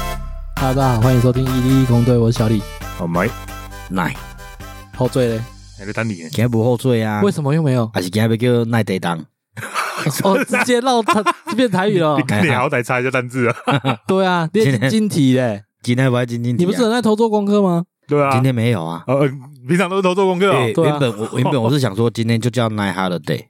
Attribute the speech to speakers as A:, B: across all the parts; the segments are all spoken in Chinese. A: Hello，大家好，欢迎收听一零一公队，我是小李。
B: 好买，
C: 奶，
A: 后缀嘞？
B: 还是丹尼？
C: 今日无好做啊，
A: 为什么又没 有？
C: 还是今日要叫奶地当？
A: 哦，直接绕它变台语 了
B: 你。你好歹猜一下单字啊！
A: 对啊，
C: 今
A: 练
C: 天
A: 晶体嘞。
C: 今天不要今天，
A: 你不是很爱偷做功课吗？
B: 对啊
C: 啊今，天没有啊？
B: 呃，平常都是偷做功课
C: 欸
B: 哦。
A: 对啊
C: 原本 我原本我是想说今天就叫 Night Holiday，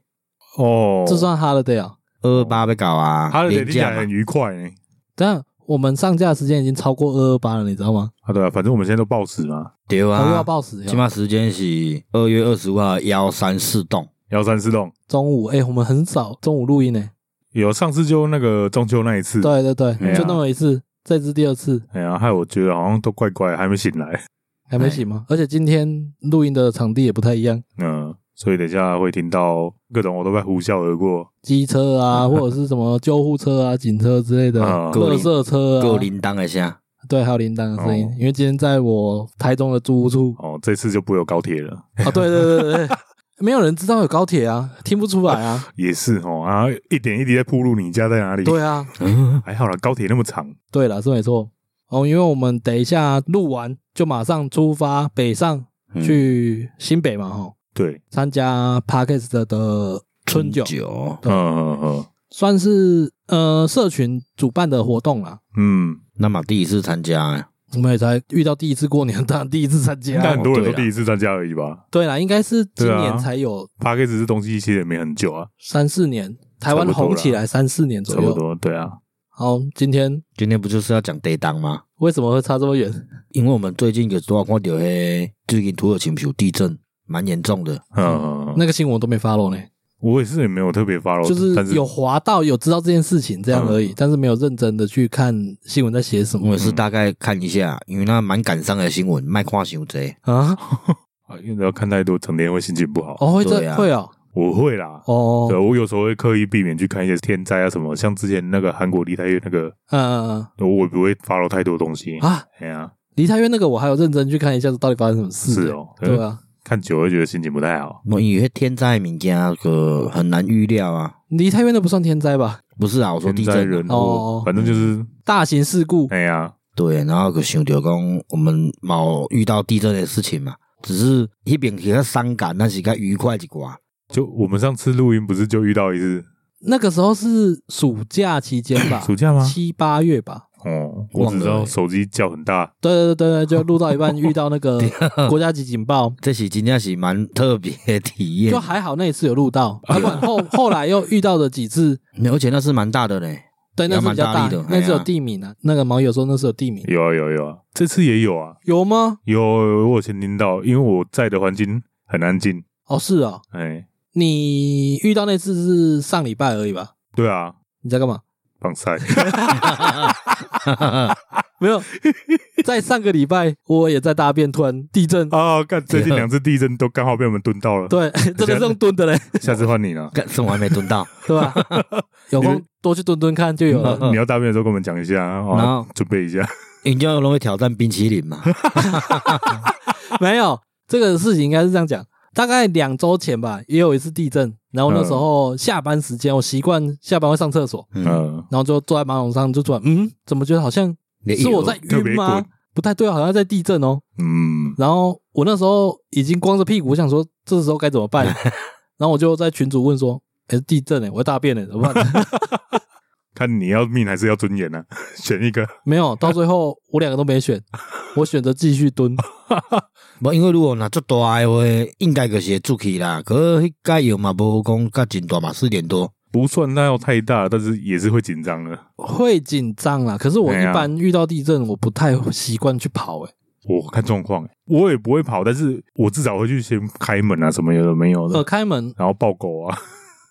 B: 哦
A: 这算 holiday 哦。
C: 二二八被搞啊，
B: 他的听
C: 廉
B: 起
C: 价
B: 来很
C: 嘛，
B: 愉快欸
A: 但我们上架的时间已经超过二二八了，你知道吗？
B: 啊，对啊，反正我们现在都暴食嘛，
C: 对
A: 我又要
C: 啊，
A: 报时了，
C: 起码时间是二月二十五号幺三四栋，
B: 幺三四栋
A: 中午哎，我们很少中午录音呢。
B: 有上次就那个中秋那一次，
A: 对对对
C: 哎，呀
A: 就那么一次，这次第二次
B: 哎呀，害我觉得好像都怪怪，还没醒来。
A: 还没醒吗？
C: 哎
A: 而且今天录音的场地也不太一样，
B: 嗯，所以等一下会听到各种我都快呼啸而过。
A: 机车 啊，或者是什么救护车啊、警车之类的，
C: 哦
B: 啊
A: 垃圾车啊，
C: 够铃铛一下，
A: 对，还有铃铛的声音
B: 哦。，
A: 因为今天在我台中的租屋处
B: 哦，这次就不会有高铁了，
A: 啊，对对对对对，没有人知道有高铁啊， 听不出来啊。
B: 也是哦，然后一点一滴在铺路，你家在哪里？，
A: 对啊，
C: 嗯，
B: 还好啦，高铁那么长，
A: 对了，是没错。哦，因为我们等一下录完就马上出发北上
C: 嗯
A: 去新北嘛，哈，
B: 对，
A: 参加 Parkes 的春酒，
C: 酒，
B: 嗯嗯嗯
A: 算是呃社群主办的活动啦。
B: 嗯，
C: 那么第一次参加啊，
A: 我们也才遇到第一次过年，当然第一次参
B: 应该
A: 加。
B: 很多人
C: 对
B: 都
C: 啦
B: 第一次参加而已吧。
A: 对啦，应该是今
B: 对啊
A: 年才有
B: p a c k a g e 这东西其实也没很久啊，
A: 三四年，台湾
B: 差不多啦
A: 红起来三四年左
B: 差不
A: 右。
B: 多，对啊，
A: 好，今天
C: 今天不就是要讲地当吗？
A: 为什么会差这么
B: 哦
A: 远？
C: 因为我们最近有多少看到嘿，最近土耳其不是有地震，蛮严重的，
B: 嗯，
A: 那个新闻我都没 follow 呢，
B: 我也是也没有特别 follow，
A: 就是
B: 哦但是哦
A: 有滑到，有知道这件事情这样而已，但是没有认真的去看新闻在写什
C: 我
A: 么
C: 也是大概看一下，因为那蛮感伤的新闻，卖看伤贼。
B: 嗯
A: 啊。
B: 啊因为要看太多，整天会心情不好。
A: 哦，会
C: 对
A: 这
C: 啊
A: 会哦，
B: 我会啦，
A: 哦
B: 对，，我有时候会刻意避免去看一些天灾啊什么，像之前那个韩国梨泰院那个，
A: 嗯嗯
B: 我也不会 follow 太多东西
A: 嗯。啊，
B: 哎呀，
A: 梨泰院那个我还有认真去看一下，到底发生什么事？
B: 是，哦，
A: 对，啊，
B: 看久了会觉得心情不太好。
C: 我因为天灾民间那个很难预料啊，
A: 梨泰院那不算天灾吧？
C: 不是啊，我说地
B: 天灾
C: 震
B: 人
C: 啊，
A: 哦
B: 祸，反正就是
A: 大型事故，
B: 哎呀，
C: 对，然后就想到讲我们冇遇到地震的事情嘛，只是那边比较伤感，但是比较愉快一寡。
B: 就我们上次录音不是就遇到一次
A: 那个时候是暑假期间吧？
B: 暑假吗？
A: 七八月吧？
B: 哦，我只知
C: 忘
B: 道
C: 了欸
B: 手机叫很大，
A: 对对对对，就录到一半遇到那 个
B: 啊
A: 国家级警报，
C: 这是真正是蛮特别的体验
A: 就，还好那一次有录到，要不然后后来又遇到了几次，
C: 而且那是蛮大的嘞。
A: 对，那是
C: 也
A: 比
C: 蛮
A: 较
C: 大
A: 大
C: 力的，
A: 那是有
C: 哎呀
A: 地名啊。那个毛友说那是有地名，
B: 有啊有啊有啊，这次也有啊，
A: 有吗？
B: 有，我有先听到，因为我在的环境很安静。
A: 哦，是哦，
B: 哎，
A: 你遇到那次是上礼拜而已吧？
B: 对啊，
A: 你在干嘛？
B: 防 晒。
A: 没有， 在上个礼拜我也在大便，突然地震，
B: 啊，干，最近两次地震都刚好被我们蹲到了。，
A: 对，这个是用蹲的嘞，
B: 下次换你了。
C: 干什么还没蹲到？
A: 对吧？有空多去蹲蹲看就有了。
C: 嗯
B: 你要大便的时候跟我们讲一下，
C: 然
B: 啊，
C: 后
B: 准备一下。
C: 人家容易挑战冰淇淋嘛？
A: 没有这个事情应该是这样讲，大概两周前吧，也有一次地震，然后那时候下班时间，我习惯下班会上厕 所，
C: 嗯，
B: 嗯，
A: 然后就坐在马桶上，就突然嗯，怎么觉得好像
C: 你的
A: 是
C: 意
A: 我
C: 有
A: 在
B: 特别
A: 晕吗
B: 滚？
A: 不太对，好像在地震哦。
B: 嗯，
A: 然后我那时候已经光着屁股，我想说这时候该怎 么办，然后我就在群主问说：“哎、地震哎、我要大便哎、怎么办
B: 看你要命还是要尊严呢？ 选一个。？”
A: 没有，到最后我两个都没 选，我选择继续蹲。
C: 无，因为如果若足大诶话，应该就是会出去啦。可是迄解药嘛，无讲甲真大嘛，四点多。
B: 不算那要太大，但是也是会紧张的。
A: 会紧张啦，可是我
B: 哎
A: 一
C: 啊
B: 呀
A: 般遇到地震，我不太习惯去跑、欸，
B: 我看状况，我也不会跑，但是我至少会去先开门啊，什么有的没有
A: 呃，
B: 的，
A: 开门
B: 然后抱狗啊，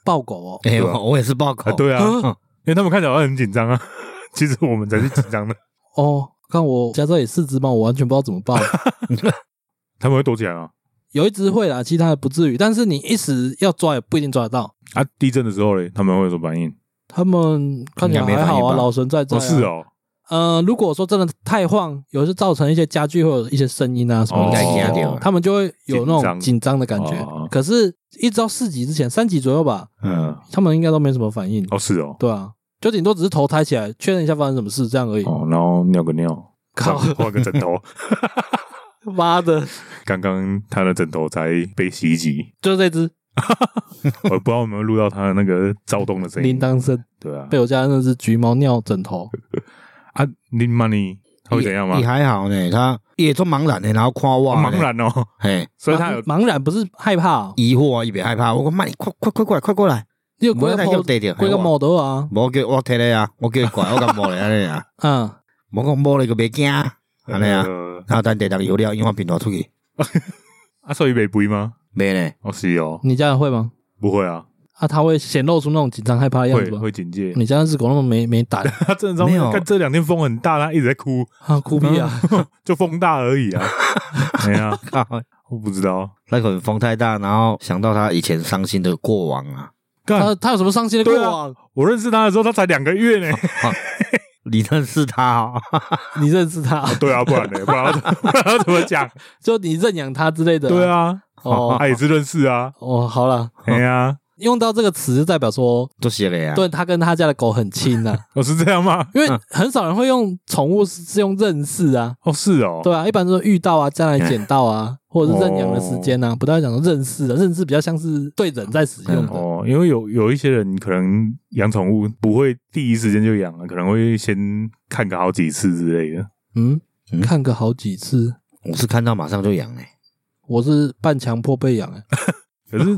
A: 抱狗哦，
C: 哎、
B: 对啊
C: 我我也是报告。
B: 啊，对啊，
A: 啊
B: 因为他们看起来好像很紧张啊， 其实我们才是紧张的。
A: 哦，看我家这里四只猫，我完全不知道怎么 抱。
B: 他们会躲起来啊吗？
A: 有一只会啦，其他的不至于，但是你一时要抓也不一定抓得到。
B: 啊，地震的时候嘞，他们会有什么反应？
A: 他们看起来
C: 应该没
A: 还好
C: 反应
A: 啊，
C: 吧
A: 老神在在、
B: 哦，是。哦，
A: 呃，如果说真的太晃，有时造成一些家具会有一些声音啊什么
C: 应
A: 的，
C: 该吓到了
A: 他们就会有那
B: 哦
A: 种
B: 紧张
A: 紧张的感觉。
B: 哦
A: 可是，一直到四级之前，三级左右吧，
B: 嗯，
A: 他们应该都没什么反应。
B: 哦是哦，哦
A: 对啊，就顶多只是头抬起来确认一下发生什么事这样而已。
B: 哦，然后尿个尿，
A: 靠，
B: 换个枕头。
A: 妈的，
B: 刚刚他的枕头才被袭 击，
A: 就这只
B: 我不知道有没有录到他的那个躁动的声音
A: 铃。铛声，
B: 对啊，
A: 被我家那只橘猫尿枕头，
B: 啊，你 money 他会怎样吗
C: 也？也还好呢，他也做茫然的，然后看我
B: 哦
C: 呢
B: 茫，然 哦，
C: 嘿，
B: 所以他有
A: 茫茫然不是害怕哦，
C: 疑惑啊，一边害怕，我讲妈，你快快快过来，快过来，
A: 你有
C: 不
A: 龟
C: 要再
A: 个
C: 叫爹爹，
A: 龟个毛头啊，
C: 无叫我摕咧啊，我叫伊怪，我讲无咧安尼啊，
A: 嗯，
C: 无讲无咧就袂惊，安尼啊，
B: 呃
C: 然后等第当有了，因为我平头出去，
B: 啊，所以被背吗？
C: 袂 咧，
B: 哦，是哦，
A: 你家人会吗？
B: 不会啊，
A: 啊，它会显露出那种紧张害怕的样
B: 会
A: 子吗？
B: 会警戒。
A: 你家那只狗那么没没胆
B: 他真的知
C: 没
B: 道，
C: 有
B: 看这两天风很大，他一直在 哭，
A: 啊，哭屁啊！
B: 就风大而已啊。 哎呀，
C: 靠，
B: 我不知道，
C: 那可能风太大，然后想到他以前伤心的过往啊，
B: 干
A: 它它有什么伤心的过往？
B: 我认识他的时候，他才两个月呢。
C: 你认识他 哦，
A: 你认识它，
B: 对啊，不 然呢？不然要怎不然要怎么讲？
A: 就你认养它之类的。
B: 对，啊，
A: 哦
B: 他也是认识啊。
A: 哦，好啦，
B: 哎呀，
A: 用到这个词就代表说，
C: 都写了
B: 啊嗯
C: 呀，
A: 对他跟他家的狗很亲呐、 啊，
B: 哦，是这样吗？
A: 因为很少人会用宠物是是用认识啊，
B: 哦，是哦。
A: 对啊，一般都是遇到啊，将来捡到 啊，或者是认养的时间
B: 哦
A: 啊，不太会讲说认识的，认识比较像是对人在使用的，
B: 哦，因为有有一些人可能养宠物不会第一时间就养了，啊可能会先看个好几次之类的。
A: 嗯，
C: 嗯
A: 看个好几次，
C: 我是看到马上就养嘞，
A: 我是半强迫被养、欸，
B: 可是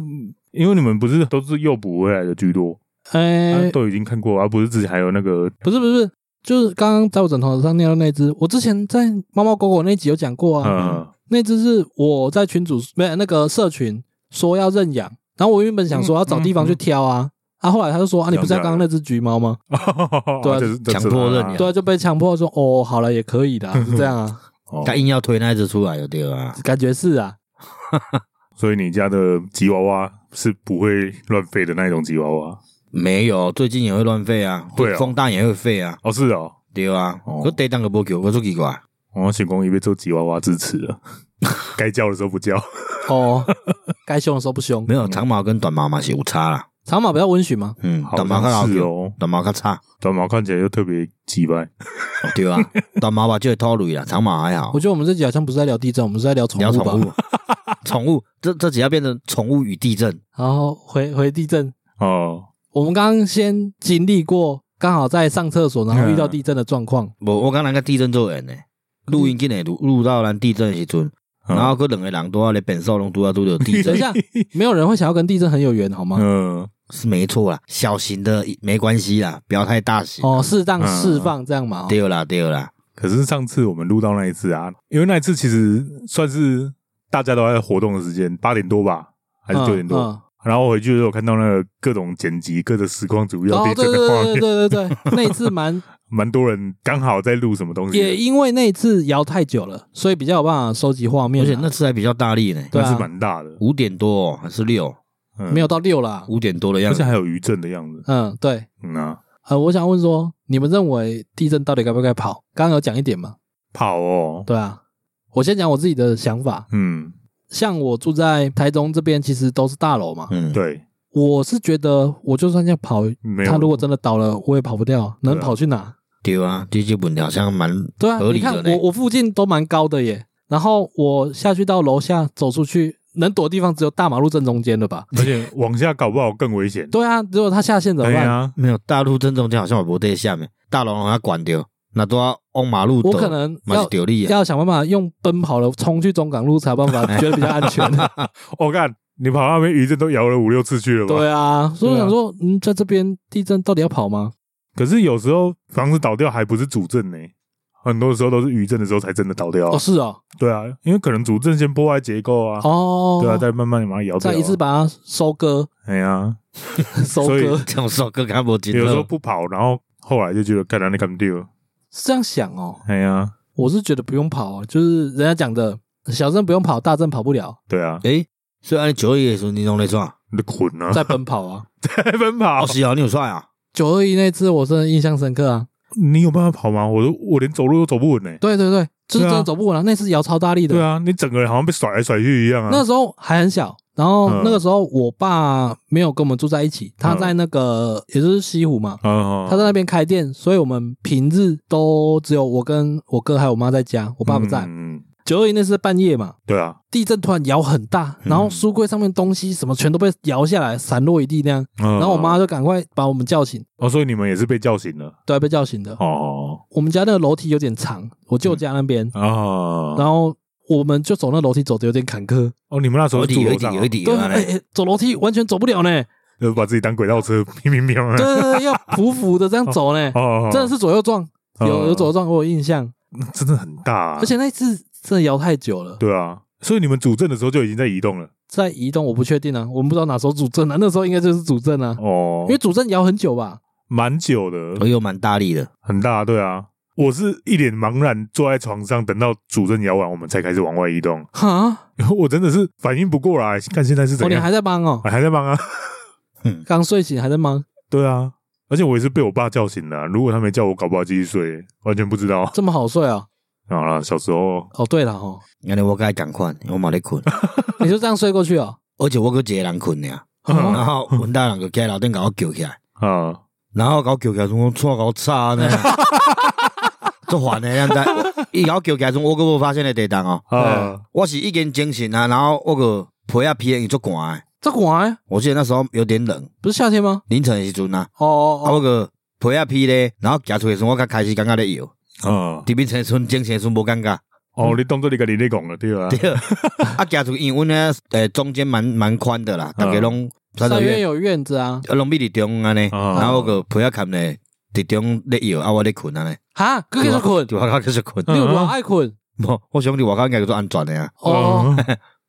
B: 因为你们不是都是诱捕回来的居多，
A: 哎、
B: 啊、都已经看过啊，不是之前还有那个
A: 不是不是，就是刚刚在我枕头上尿的那只，我之前在猫猫狗狗那集有讲过啊，
B: 呃，
A: 那只是我在群主没有那个社群说要认养，然后我原本想说要找地方去挑啊，啊，后来他就说啊，你不是要刚刚那只橘猫吗？ 对啊
B: 这呃哦是这是
C: 强迫认养
A: 对啊，就被强迫说哦，好了，也可以的啊，是这样啊，
B: 哦
C: 他硬要推那一只出来就对了啊，
A: 感觉是啊，
B: 所以你家的吉娃娃是不会乱吠的那一种吉娃娃
C: 没有，最近也会乱吠啊，
B: 会哦
C: 风大也会吠啊，
B: 哦，是哦，
C: 对啊
B: 哦，
C: 我对当个波球，我做奇怪，
B: 我醒光也被做吉娃娃支持 了，该叫的时候不叫，
A: 哦，该凶的时候不凶，
C: 没有长毛跟短毛嘛是有差啦，
A: 长毛比较温驯嘛，
C: 嗯，
B: 好
C: 短毛较老
B: 像是
C: 球，
B: 哦，
C: 短毛较差，
B: 短毛看起来就特别鸡掰，
C: 哦对啊，短毛吧就会拖累啦，长毛还好
A: 我。觉得我们这集好像不是在聊地震，我们是在聊宠
C: 聊
A: 物吧，
C: 宠物，啊 宠物这这只要变成宠物与地震，
A: 然后回回地震，
B: 哦，
A: 我们刚刚先经历过。刚好在上厕所，然后遇到地震的状况，
C: 无我刚那个地震做人呢，录音进来录录到咱地震的时阵，
B: 嗯
C: 然后佫两个人拄啊咧变数拢拄啊拄着地
A: 等
C: 震
A: 一下，没有人会想要跟地震很有缘，好吗？
B: 嗯，
C: 是没错啦，小型的没关系啦，不要太大型。
A: 哦，适当释放这样嘛。哦
C: 对啦对啦，
B: 可是上次我们录到那一次啊，因为那一次其实算是大家都在活动的时间，八点多吧，还是九点多。
A: 嗯嗯
B: 然后我回去的时候看到那个各种剪辑、各个实况主要
A: 哦
B: 地，
A: 对
B: 震
A: 对
B: 的画面，
A: 对对对对对，那一次蛮
B: 蛮多人刚好在录什么东西，
A: 也因为那一次摇太久了，所以比较有办法收集画面
C: 而
A: 啊。
C: 且那次还比较大力呢，
A: 对
B: 那是
A: 啊，
B: 蛮大的，
C: 五点多哦还是六
B: 嗯
A: 没有，到六啦。
C: 五点多的样
B: 而且
C: 子。
B: 还有余震的样子。
A: 嗯，对。
B: 嗯啊，
A: 呃，我想问说，你们认为地震到底该不该跑？刚刚有讲一点嘛？
B: 跑哦，
A: 对啊，我先讲我自己的想法。
B: 嗯，
A: 像我住在台中这边，其实都是大楼嘛。
C: 嗯，
B: 对，
A: 我是觉得，我就算要跑，
B: 没有。
A: 它如果真的倒了，我也跑不掉，能
B: 对啊
A: 跑去哪？
C: 对啊，这基本好像蛮
A: 对啊，
C: 合
A: 你
C: 理
A: 看
C: 的呢
A: 我我附近都蛮高的耶，然后我下去到楼下走出去，能躲的地方只有大马路正中间了吧？
B: 而且往下搞不好更危险。
A: 对啊，如果他下线怎么
B: 对
A: 办？
B: 啊，
C: 没有大陆正中间好像有不对下面，大龙把它管掉，那都要往马路
A: 我
C: 走，
A: 可能
C: 嘛是
A: 要
C: 丢力啊。
A: 要想办法用奔跑的冲去中港路才有办法，觉得比较安 全。
B: 我看哦你跑到那边余震都摇了五六次去了吧？
A: 对啊，所以我想说，嗯，在这边地震到底要跑吗？
B: 可是有时候房子倒掉还不是主震呢、很多时候都是余震的时候才真的倒掉啊、
A: 哦，是哦，
B: 对啊，因为可能主震先破坏结构啊，
A: 哦，
B: 对啊，再慢慢把它摇掉、
A: 再
B: 啊。
A: 一次把它收割，
B: 哎呀，
A: 收
B: 所以
A: 割
C: 这种时候更看不紧
B: 有时候
C: 了。
B: 不跑，然后后来就觉得干啥你干不掉。
A: 是这样想哦。
B: 哎呀，
A: 我是觉得不用跑，哦就是人家讲的小震不用跑，大震跑不了，
B: 对啊，
C: 诶，所以按九月的时候你弄在耍，
B: 你滚啊，
A: 再奔跑啊。
B: 再 奔跑
C: 哦，。是哦，你有耍啊？
A: 九二一那次我真的印象深刻啊，
B: 你有办法跑吗？我都我连走路都走不稳呢、
A: 对对对，就是
B: 对啊
A: 真的走不稳了、那次摇超大力的，
B: 对啊，你整个人好像被甩来甩去一样啊。
A: 那时候还很小，然后
B: 嗯
A: 那个时候我爸没有跟我们住在一起，他
B: 嗯
A: 在那个也就是西湖嘛，
B: 嗯，
A: 他在那边开店，所以我们平日都只有我跟我哥还有我妈在家，我
B: 我
A: 爸不在。
B: 嗯，嗯
A: 九二一那是半夜嘛，
B: 对啊，
A: 地震突然摇很大，然
B: 嗯
A: 后书柜上面东西什么全都被摇下来，散落一地那样。
B: 然
A: 然后我妈就赶快把我们叫醒，
B: 哦，所以你们也是被叫醒了
A: 对，被叫醒的。
B: 哦嗯
A: 我们家那个楼梯有点长，我舅家那边，
B: 哦，
A: 然后我们就走那楼梯走的有点坎坷，
B: 哦，你们那时候
C: 有
B: 是住
C: 底
B: 楼
C: 有
B: 上
C: 底
B: 啊，
C: 有底
A: 对，哎、哎走楼梯完全走不了呢，
B: 就把自己当轨道车， 乒乒乒啊，
A: 对对对，要匍匐的这样走呢，
B: 哦，
A: 真的是左右撞，有有左右撞，我有印象，
B: 真的很大啊，
A: 而且那次真的摇太久了，
B: 对啊，所以你们主政的时候就已经在移动了
A: 在移动我不确定啊，我们不知道哪时候主政啊，那时候应该就是主政啊，
B: 哦
A: 因，为主政摇很久吧，
B: 蛮久的
C: 我，有蛮大力的，
B: 很大，对啊。我是一脸茫然坐在床上，等到主政摇完，我们才开始往外移动。
A: 哈，
B: 我真的是反应不过来，看现在是
A: 哦，
B: 怎
A: 你
B: 样，
A: 还在忙哦，
B: 还还在忙啊？
A: 刚睡醒还在忙，
B: 对啊，而且我也是被我爸叫醒的啊、如果他没叫我，搞不好继续睡，完全不知道。
A: 这么好睡啊？
B: 好啦，小时候
A: 哦，对了哦，
C: 安尼我该赶快，我嘛咧困，
A: 你就这样睡过去哦。
C: 而且我搁一个人困尔，
A: 哦
C: 然后阮大人就起来楼顶甲我叫起来，
B: 啊，
C: 然后甲我叫起来，从我错甲我吵呢，做烦的，样知？伊甲我叫起来，从我搁无发现的地动哦，
B: 啊，
C: 我是已经精神啊，然后我个皮啊皮伊足寒的，
A: 这管欸
C: 我记得那时候有点冷，
A: 不是夏天吗？
C: 凌晨的时阵啊，
A: 哦
C: 啊
A: 哦
C: 我个皮啊皮咧，然后行出去的时候，我才开始感觉咧摇，
B: 啊，
C: 伫面前的时阵精神的时阵无感觉。
B: 哦，你当做你跟你咧讲了，对啊，
C: 对，啊，家族因为阮呢，诶，中间蛮蛮宽的啦，大家拢
A: 哦，
C: 三
A: 上
C: 合
A: 院
C: 院，
A: 有院子啊。
C: 啊，拢比伫中安尼，
B: 哦
C: 然后个陪仔看咧，伫中咧摇，啊，我咧困安尼，
A: 哈，哥继续困，
C: 伫外口继续困，
B: 嗯
A: 你有多爱困？
C: 无，我想伫外口应该叫做安全的啊，
A: 哦，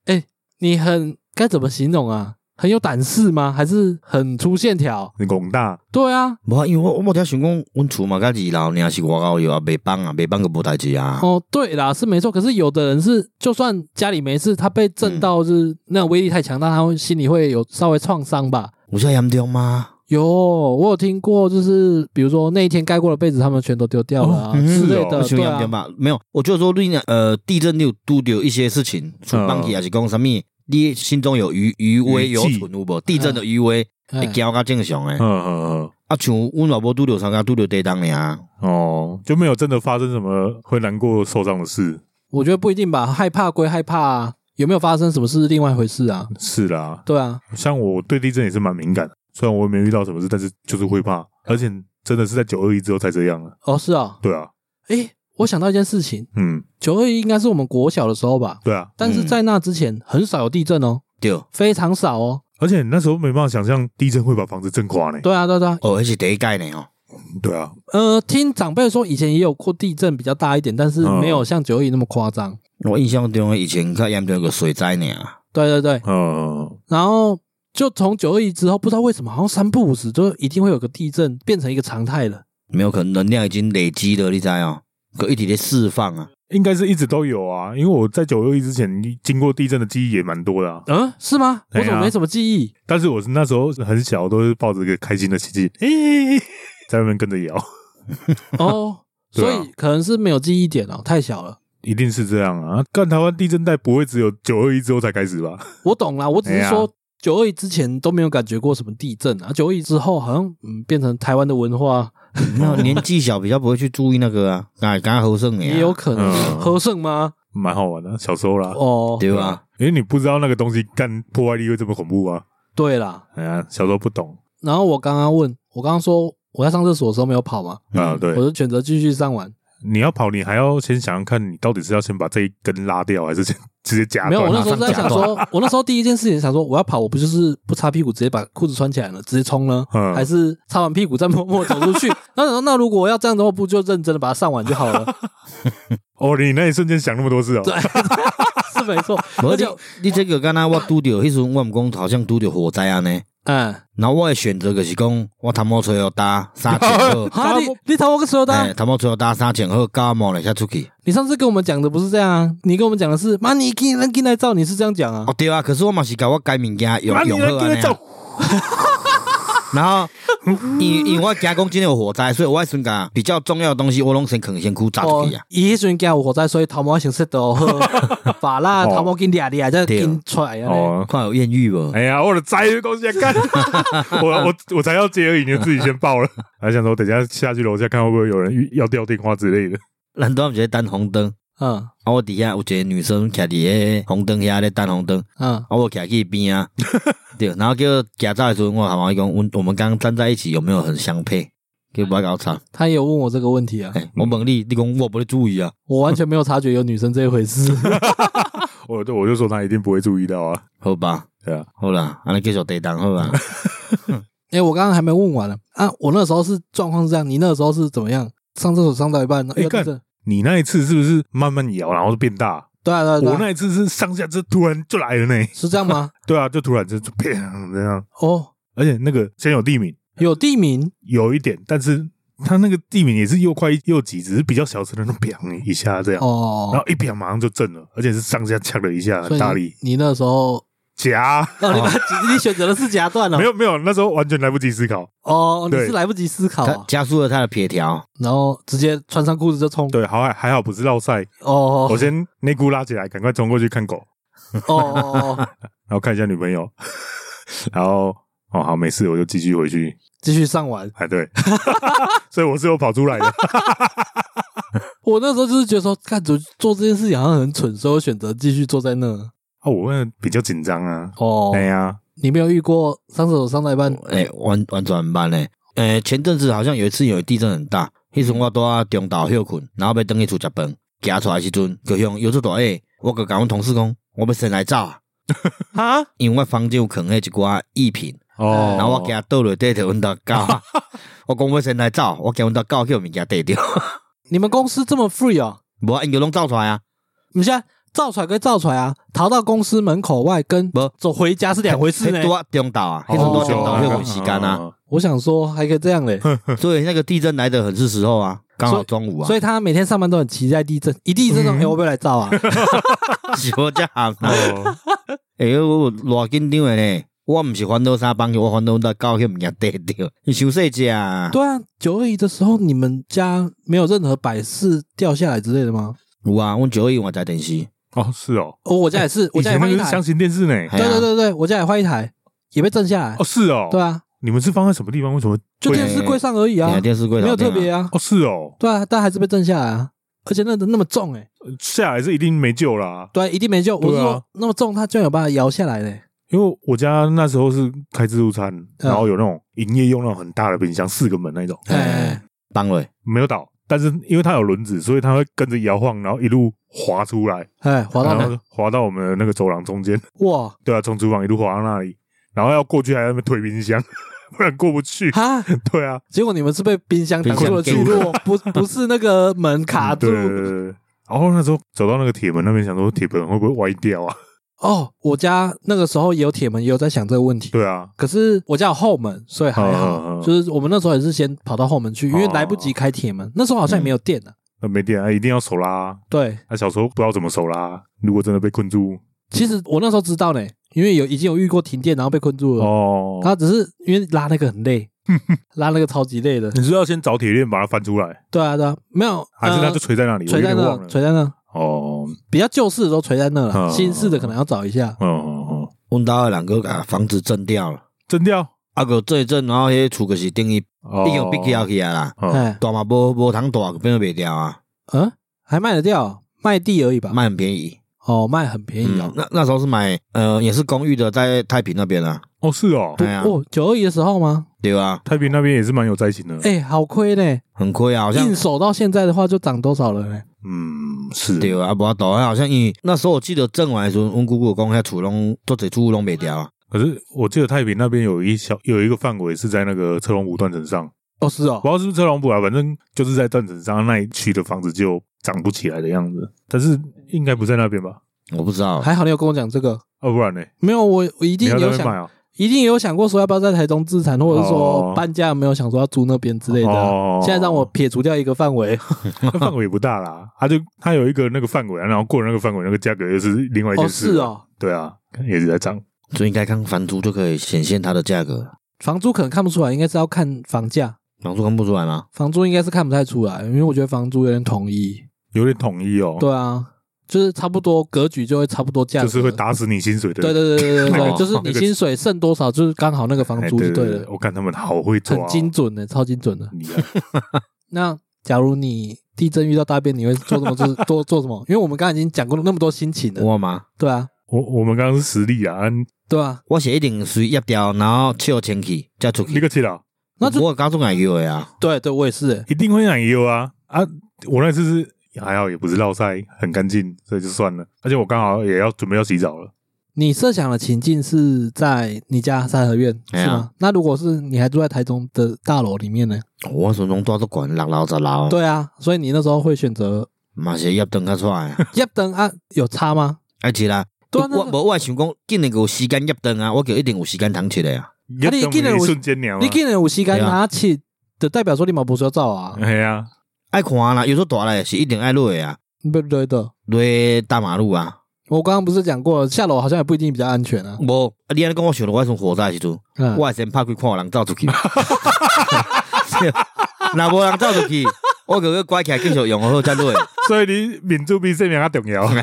B: 嗯，
A: 你很该怎么形容啊？很有胆识吗？还是很粗线条？
B: 你拱大，
A: 对啊，
C: 无，啊，因为我我无听想讲，阮厝嘛甲二楼尔是外口摇啊，袂放啊，袂放个无代志啊，
A: 哦，对啦，是没错。可是有的人是，就算家里没事，他被震到就是那威力太强大，他会心里会有稍微创伤吧。
C: 有遮严重吗？
A: 有，我有听过，就是比如说那一天盖过的被子，他们全都丢掉了啊
C: 哦嗯
A: 之类
B: 是
A: 的，
B: 哦
C: 有
A: 对
C: 严
A: 啊
C: 重，吧？没有，我就说你若呃，地震你有拄着一些事情，厝放起
B: 嗯
C: 还是讲啥物，你心中有余余威
B: 余
C: 有
B: 悸
C: 存有无？地震的余威。
A: 哎
C: 会惊较正常诶
B: 嗯。嗯
C: 啊，像阮老婆拄着啥个拄着地动尔，
B: 嗯，哦，就没有真的发生什么会难过受伤的事，
A: 我觉得不一定吧，害怕归害怕、啊，有没有发生什么事是另外一回事啊。
B: 是啦，
A: 对啊，
B: 像我对地震也是蛮敏感的，虽然我也没遇到什么事，但是就是会怕，而且真的是在九二一之后才这样啊，
A: 哦是啊，
B: 对啊，
A: 诶，我想到一件事情，
B: 嗯，
A: 九二一应该是我们国小的时候吧，
B: 对啊，
A: 但是在那之前很少有地震哦，
C: 对，
A: 非常少哦。
B: 而且那时候没办法想象地震会把房子震垮呢，
A: 对啊，对啊对啊，
C: 哦，迄是第一届呢哦，
B: 对啊，
A: 呃，听长辈说以前也有过地震比较大一点，但是
B: 嗯
A: 没有像九二一那么夸张。
C: 我印象中以前较严重个水灾尔，
A: 对对对，
B: 嗯，
A: 然后就从九二一之后，不知道为什么好像三不五时就一定会有个地震，变成一个常态了。
C: 没有可能能量已经累积了，你知哦，佮一直咧释放啊，
B: 应该是一直都有啊，因为我在九二一之前经过地震的记忆也蛮多的、啊，
A: 嗯，是吗？我
B: 哎呀
A: 怎么没什么记忆？
B: 但是我是那时候很小，都是抱着一个开心的心情，诶、在那边跟着摇，
A: 哦，
B: 对
A: 所
B: 啊
A: 以可能是没有记忆点哦，太小了。
B: 一定是这样啊！干台湾地震带不会只有九二一之后才开始吧？
A: 我懂啦，我只
B: 哎
A: 是
B: 呀
A: 说九二一之前都没有感觉过什么地震啊，九二一之后好像嗯变成台湾的文化，
C: 那年纪小比较不会去注意那个啊， 啊，刚好胜
A: 也
C: 诶
A: 有，可能
B: 嗯
A: 和盛吗？
B: 蛮好玩的，小时候啦，
A: 哦，
C: 对吧？
B: 因为你不知道那个东西干破坏力会这么恐怖啊！
A: 对啦。
B: 哎呀，小时候不懂
A: 然后我刚刚问我刚刚说我在上厕所的时候没有跑嘛，
B: 啊，
C: 嗯
A: 我
B: 对，
A: 就选择继续上完。
B: 你要跑，你还要先想想看，你到底是要先把这一根拉掉，还是先直接夹
A: 没有，
B: 断
A: 我那
C: 了
A: 时候在想说，我那时候第一件事情想说，我要跑，我不就是不擦屁股直接把裤子穿起来了，直接冲呢，
B: 嗯
A: 还是擦完屁股再默默走出去？那然后那如果我要这样的话，不就认真的把它上完就好了？
B: 哦，你那一瞬间想那么多事哦，
A: 是没错，
C: 无
A: 而
C: 你
A: 且
C: 你这个敢若我拄着迄时阵，我毋讲好像拄着火灾安尼，
A: 嗯，，
C: 然后我诶选择就是讲，我头毛吹要搭三千好
A: 哈，你你头我个手的啊、
C: 哎，头毛吹要搭三千好，感冒了才出去。
A: 你上次跟我们讲的不是这样啊，你跟我们讲的是妈你进来进来照，你是这样讲啊
C: 哦，？对啊，可是我嘛是甲我改物件用
B: 妈你
C: 用
B: 来
C: 好
B: 跟着
C: 安尼啊
B: 走，
C: 然后因因为我惊讲真的有火灾，所以我迄阵甲比较重要的东西我拢先扛先去炸出
A: 哦
C: 去啊。，
A: 伊迄阵惊有火灾，所以头毛先摔倒，把那头毛紧掠掠，才
C: 对
A: 紧出来啊。
B: 哦，
C: 看有艳遇无？
B: 哎呀，我的灾恭喜啊干！ 我我我才要接而已，你就自己先报了。 还想说等一下下去楼下看会不会有人遇要掉电话之类的。
C: 咱都毋是在等红灯，
A: 嗯
C: 啊，我底下有一个女生徛伫个红灯遐咧等红灯，
A: 嗯
C: 啊，我徛去边啊，对，然后叫驾照的时候，我好伊讲，阮我们刚刚站在一起有没有很相配？叫不要搞吵。
A: 他也有问我这个问题啊，
C: 哎，我问你，你讲我不会注意啊？
A: 我完全没有察觉有女生这一回事。
B: 我就我就说他一定不会注意到啊，
C: 好吧，
B: 对啊，
C: 好啦，安尼继续地动好吧？
A: 哎，我刚刚还没问完呢啊！我那时候是状况是这样，你那时候是怎么样？上厕所上到一半，
B: 哎
A: 要
B: 干
A: 地震
B: 你那一次是不是慢慢摇，然后就变大？
A: 对啊对啊对
B: 我
A: 啊，
B: 那一次是上下就突然就来了呢。
A: 是这样吗？
B: 对啊，就突然就就变这样，
A: 哦，
B: 而且那个先有地名
A: 有地名
B: 有一点，但是他那个地名也是又快又急，只是比较小声的那种砰一下这样，然
A: 哦
B: 后，一砰马上就震了，而且是上下呛了一下，
A: 所
B: 很
A: 以
B: 大力
A: 你你那时候
B: 夹。
A: 哦，你把你选择的是夹断了
B: 没，有没有，那时候完全来不及思考。
A: 哦，你
B: 对
A: 是来不及思考
C: 他
A: 啊，
C: 加速了他的撇条，
A: 然后直接穿上裤子就冲。
B: 对，好还还好不是绕赛，
A: 哦
B: 我先内裤拉起来，赶快冲过去看狗，
A: 哦哦，哦
B: 然后看一下女朋 友，然后哦好没事，我就继续回去。
A: 继续上完。
B: 哎对，所以我是有跑出来的。
A: 我那时候就是觉得说，看做做这件事情好像很蠢，所以我选择继续坐在那。
B: 啊，我问比较紧张啊。
A: 哦，
B: 哎呀，
A: 你没有遇过上厕所上到一半，
C: 哎、完完全办嘞。诶、前阵子好像有一次有地震很大，迄阵我拄啊中昼休困，然后要登去厝食饭，行出来的时阵，就向摇出大下，我就甲阮同事讲，我要先来走啊，
A: 哈，
C: 因为我房间有藏迄一寡艺品，
A: 哎
B: 哦，
C: 然后我惊倒落地就阮到 狗啊，我讲我先来走，啊我惊阮到狗叫物件地着，
A: 你们公司这么 free 哦？
C: 无啊，因就拢走出来啊，
A: 你现在造出来跟造出来啊，逃到公司门口外跟
C: 不
A: 走回家是两回事呢
C: 迄。拄啊中昼啊，迄阵拄
A: 多
C: 啊
A: 久到
C: 中昼
A: 那
C: 休
A: 个
C: 困时间啊，
B: 哦。
A: 我想说还可以这样嘞，
C: 所以那个地震来的很是时候啊，刚好中午
A: 哦
C: 啊
A: 所，以他每天上班都很期待地震，一地震说：“哎、我不要来造啊
C: 是无遮行啊。
B: 哦
C: 哎、欸，我有偌紧张的呢！我毋是烦恼三帮，我烦恼到狗迄物件跌着，你想细只啊！”？
A: 对啊，九二一的时候，你们家没有任何摆饰掉下来之类的吗？
C: 有啊，阮九二一我在电视，
B: 哦是哦，
A: 哦，我家也是，我
B: 以
A: 家也
B: 前那
A: 换一
B: 个是
A: 台
B: 箱。型电视呢。
C: 嘿
A: 对
C: 啊
A: 对对对，我家也换一台，也被震下来
B: 哦。是哦，
A: 对啊，
B: 你们是放在什么地方？为什么？
A: 就电视柜上而已啊
C: 哎，呀电视柜
A: 没有
C: 头顶
A: 特
C: 啊
A: 别啊。
B: 哦是哦，
A: 对啊，但还是被震下来啊。而且那那么重哎、
B: 下来是一定没救啦。
A: 对，一定没救。我
B: 对啊
A: 是说，那么重，它居然有办法摇下来嘞、
B: 因为我家那时候是开自助餐，
A: 嗯
B: 然后有那种营业用那种很大的冰箱，四个门那种，
A: 哎
C: 哎，放落
B: 没有倒，但是因为它有轮子，所以它会跟着摇晃，然后一路滑出来，
A: 哎，滑到哪？
B: 然后滑到我们的那个走廊中间，
A: 哇，
B: 对啊，从厨房一路滑到那里，然后要过去还要那边推冰箱， 不然过不去。
A: 哈！
B: 对啊，
A: 结果你们是被冰箱挡住
C: 冰箱
A: 了去路，不不是那个门卡住
B: 嗯对。对对对。然后那时候走到那个铁门那边，想说铁门会不会歪 掉啊？
A: 哦，我家那个时候也有铁门，也有在想这个问题。
B: 对啊，
A: 可是我家有后门，所以还
B: 嗯嗯
A: 好。
B: 嗯
A: 就是我们那时候也是先跑到后门去，因为
B: 哦
A: 来不及开铁门。那时候好像也没有电了。
B: 那没电啊，一定要手拉。
A: 对，
B: 那、小时候不知道怎么手拉，啊如果真的被困住，
A: 其实我那时候知道呢，因为有已经有遇过停电，然后被困住了。
B: 哦，
A: 他只是因为拉那个很 累，拉那个超级累的。
B: 你是要先找铁链把它翻出来，
A: 对啊，对啊，没有，
B: 还是它
A: 呃
B: 就垂在那里？
A: 垂
B: 我有
A: 在
B: 点
A: 那
B: 忘，了。
A: 垂在那，
B: 哦，
A: 比较旧式的都垂在那了，
B: 嗯
A: 新式的可能要找一下。
B: 嗯嗯嗯，
C: 阮兜诶人个甲房子震掉了，
B: 震掉，
C: 啊个这一阵，然后迄厝就是等于已
B: 哦
C: 经闭起来去啊啦，
B: 嗯，
A: 哎，
C: 大嘛无无通大，变做袂掉啊，
A: 嗯，还卖得掉，卖地而已吧？
C: 卖很便宜。
A: 哦，卖很便宜
C: 嗯
A: 哦。
C: 那那时候是买呃也是公寓的，在太平那边啊，
B: 哦是哦，
C: 哎呀，
A: 哦，九二一的时候吗？
C: 对啊，
B: 太平那边也是蛮有灾情的。
A: 哎，好亏呢！
C: 很亏啊，好像
A: 硬手到现在的话，就涨多少了呢？
B: 嗯，是，
A: 哦
C: 对啊，无法度啊，好像因为那时候我记得震完的时候，阮姑姑有讲遐厝拢做侪厝拢袂掉啊，
B: 可是我记得太平那边有一小有一个范围是在那个车龙埔断层上，
A: 哦，是
B: 不知
A: 哦，
B: 道是不是车龙埔啊，反正就是在断层上那一区的房子就长不起来的样子。但是应该不在那边吧？
C: 我不知道。
A: 还好你有跟我讲这个。
B: 要不然呢？
A: 没有，我我一
B: 你
A: 定
B: 要在那
A: 有
B: 边买
A: 想，
B: 啊？
A: 一定有想过说要不要在台中自产，或者是说
B: 哦
A: 搬家有没有想说要住那边之类的啊。
B: 哦
A: 现在让我撇除掉一个范围，
B: 那范围也不大啦，它就它有一个那个范围啊，然后过了那个范围，那个价格又是啊另外一
A: 哦，
B: 件事。
A: 是，哦，
B: 对啊，也是在涨。
C: 所以应该看房租就可以显现它的价格。
A: 房租可能看不出来，应该是要看房价，
C: 房租看不出来吗？
A: 房租应该是看不太出来，因为我觉得房租有点统一。
B: 有点统一哦，
A: 对啊，就是差不多格局就会差不多价格，
B: 就是会打死你薪水的，
A: 对。对对对对对
C: 哦
A: 对，就是你薪水剩多少，就是刚好那个房
B: 哎
A: 租
B: 对
A: 就对
B: 对，
A: 了，
B: 我看他们好会抓哦，
A: 很精准的，超精准的。
B: 你啊，
A: 那假如你地震遇到大便，你会做什么？就是做做什么？因为我们刚才已经讲过那么多心情了，
C: 我嘛，
A: 对啊，
B: 我我们刚刚是实力啊，啊
A: 对啊，
C: 我是一定是压掉，然后笑清气再出
B: 你
C: 去。
B: 个去了，
A: 那就
C: 我高中也有的啊，
A: 对对，我也是欸，
B: 一定会奶油啊啊！我那次是还好，也不是落塞，很干净，所以就算了。而且我刚好也要准备要洗澡
A: 啊
B: 了，
A: 你设想的情境是在你家三合院
C: 哎
A: 是
C: 呀
A: 吗？那如果是你还住在台中的大楼里面呢？
C: 我从中住都管六楼十楼，
A: 对啊，所以你那时候会选择
C: 哦嘛是压灯较出来 啊。
A: 要等啊？有差吗？
C: 啊是啦，
A: 对啊
C: 我
A: 那
C: 无我也想讲，既然有时间压灯啊，我就一定有时间通起来啊。
B: 要
A: 你
B: 等
A: 竟然
B: 一
A: 有
B: 瞬间鸟啊
A: 你，竟然有时间
C: 对啊嗯
A: 拿起，就代表说你嘛不需要走啊，
B: 哎呀，
C: 爱看啦，有时候大嘞是一定爱落的啊，
A: 对不对的？
C: 落大马路啊。
A: 我刚刚不是讲过，下楼好像也不一定比较安全啊。
C: 无，啊你安尼讲，我想到我从火灾的时阵，
A: 嗯
C: 我，会先拍开看有人走出 去。 若无人走出去，我就去关起来继续用好再 落。
B: 所以你民主比生命较 重要。
C: 嘿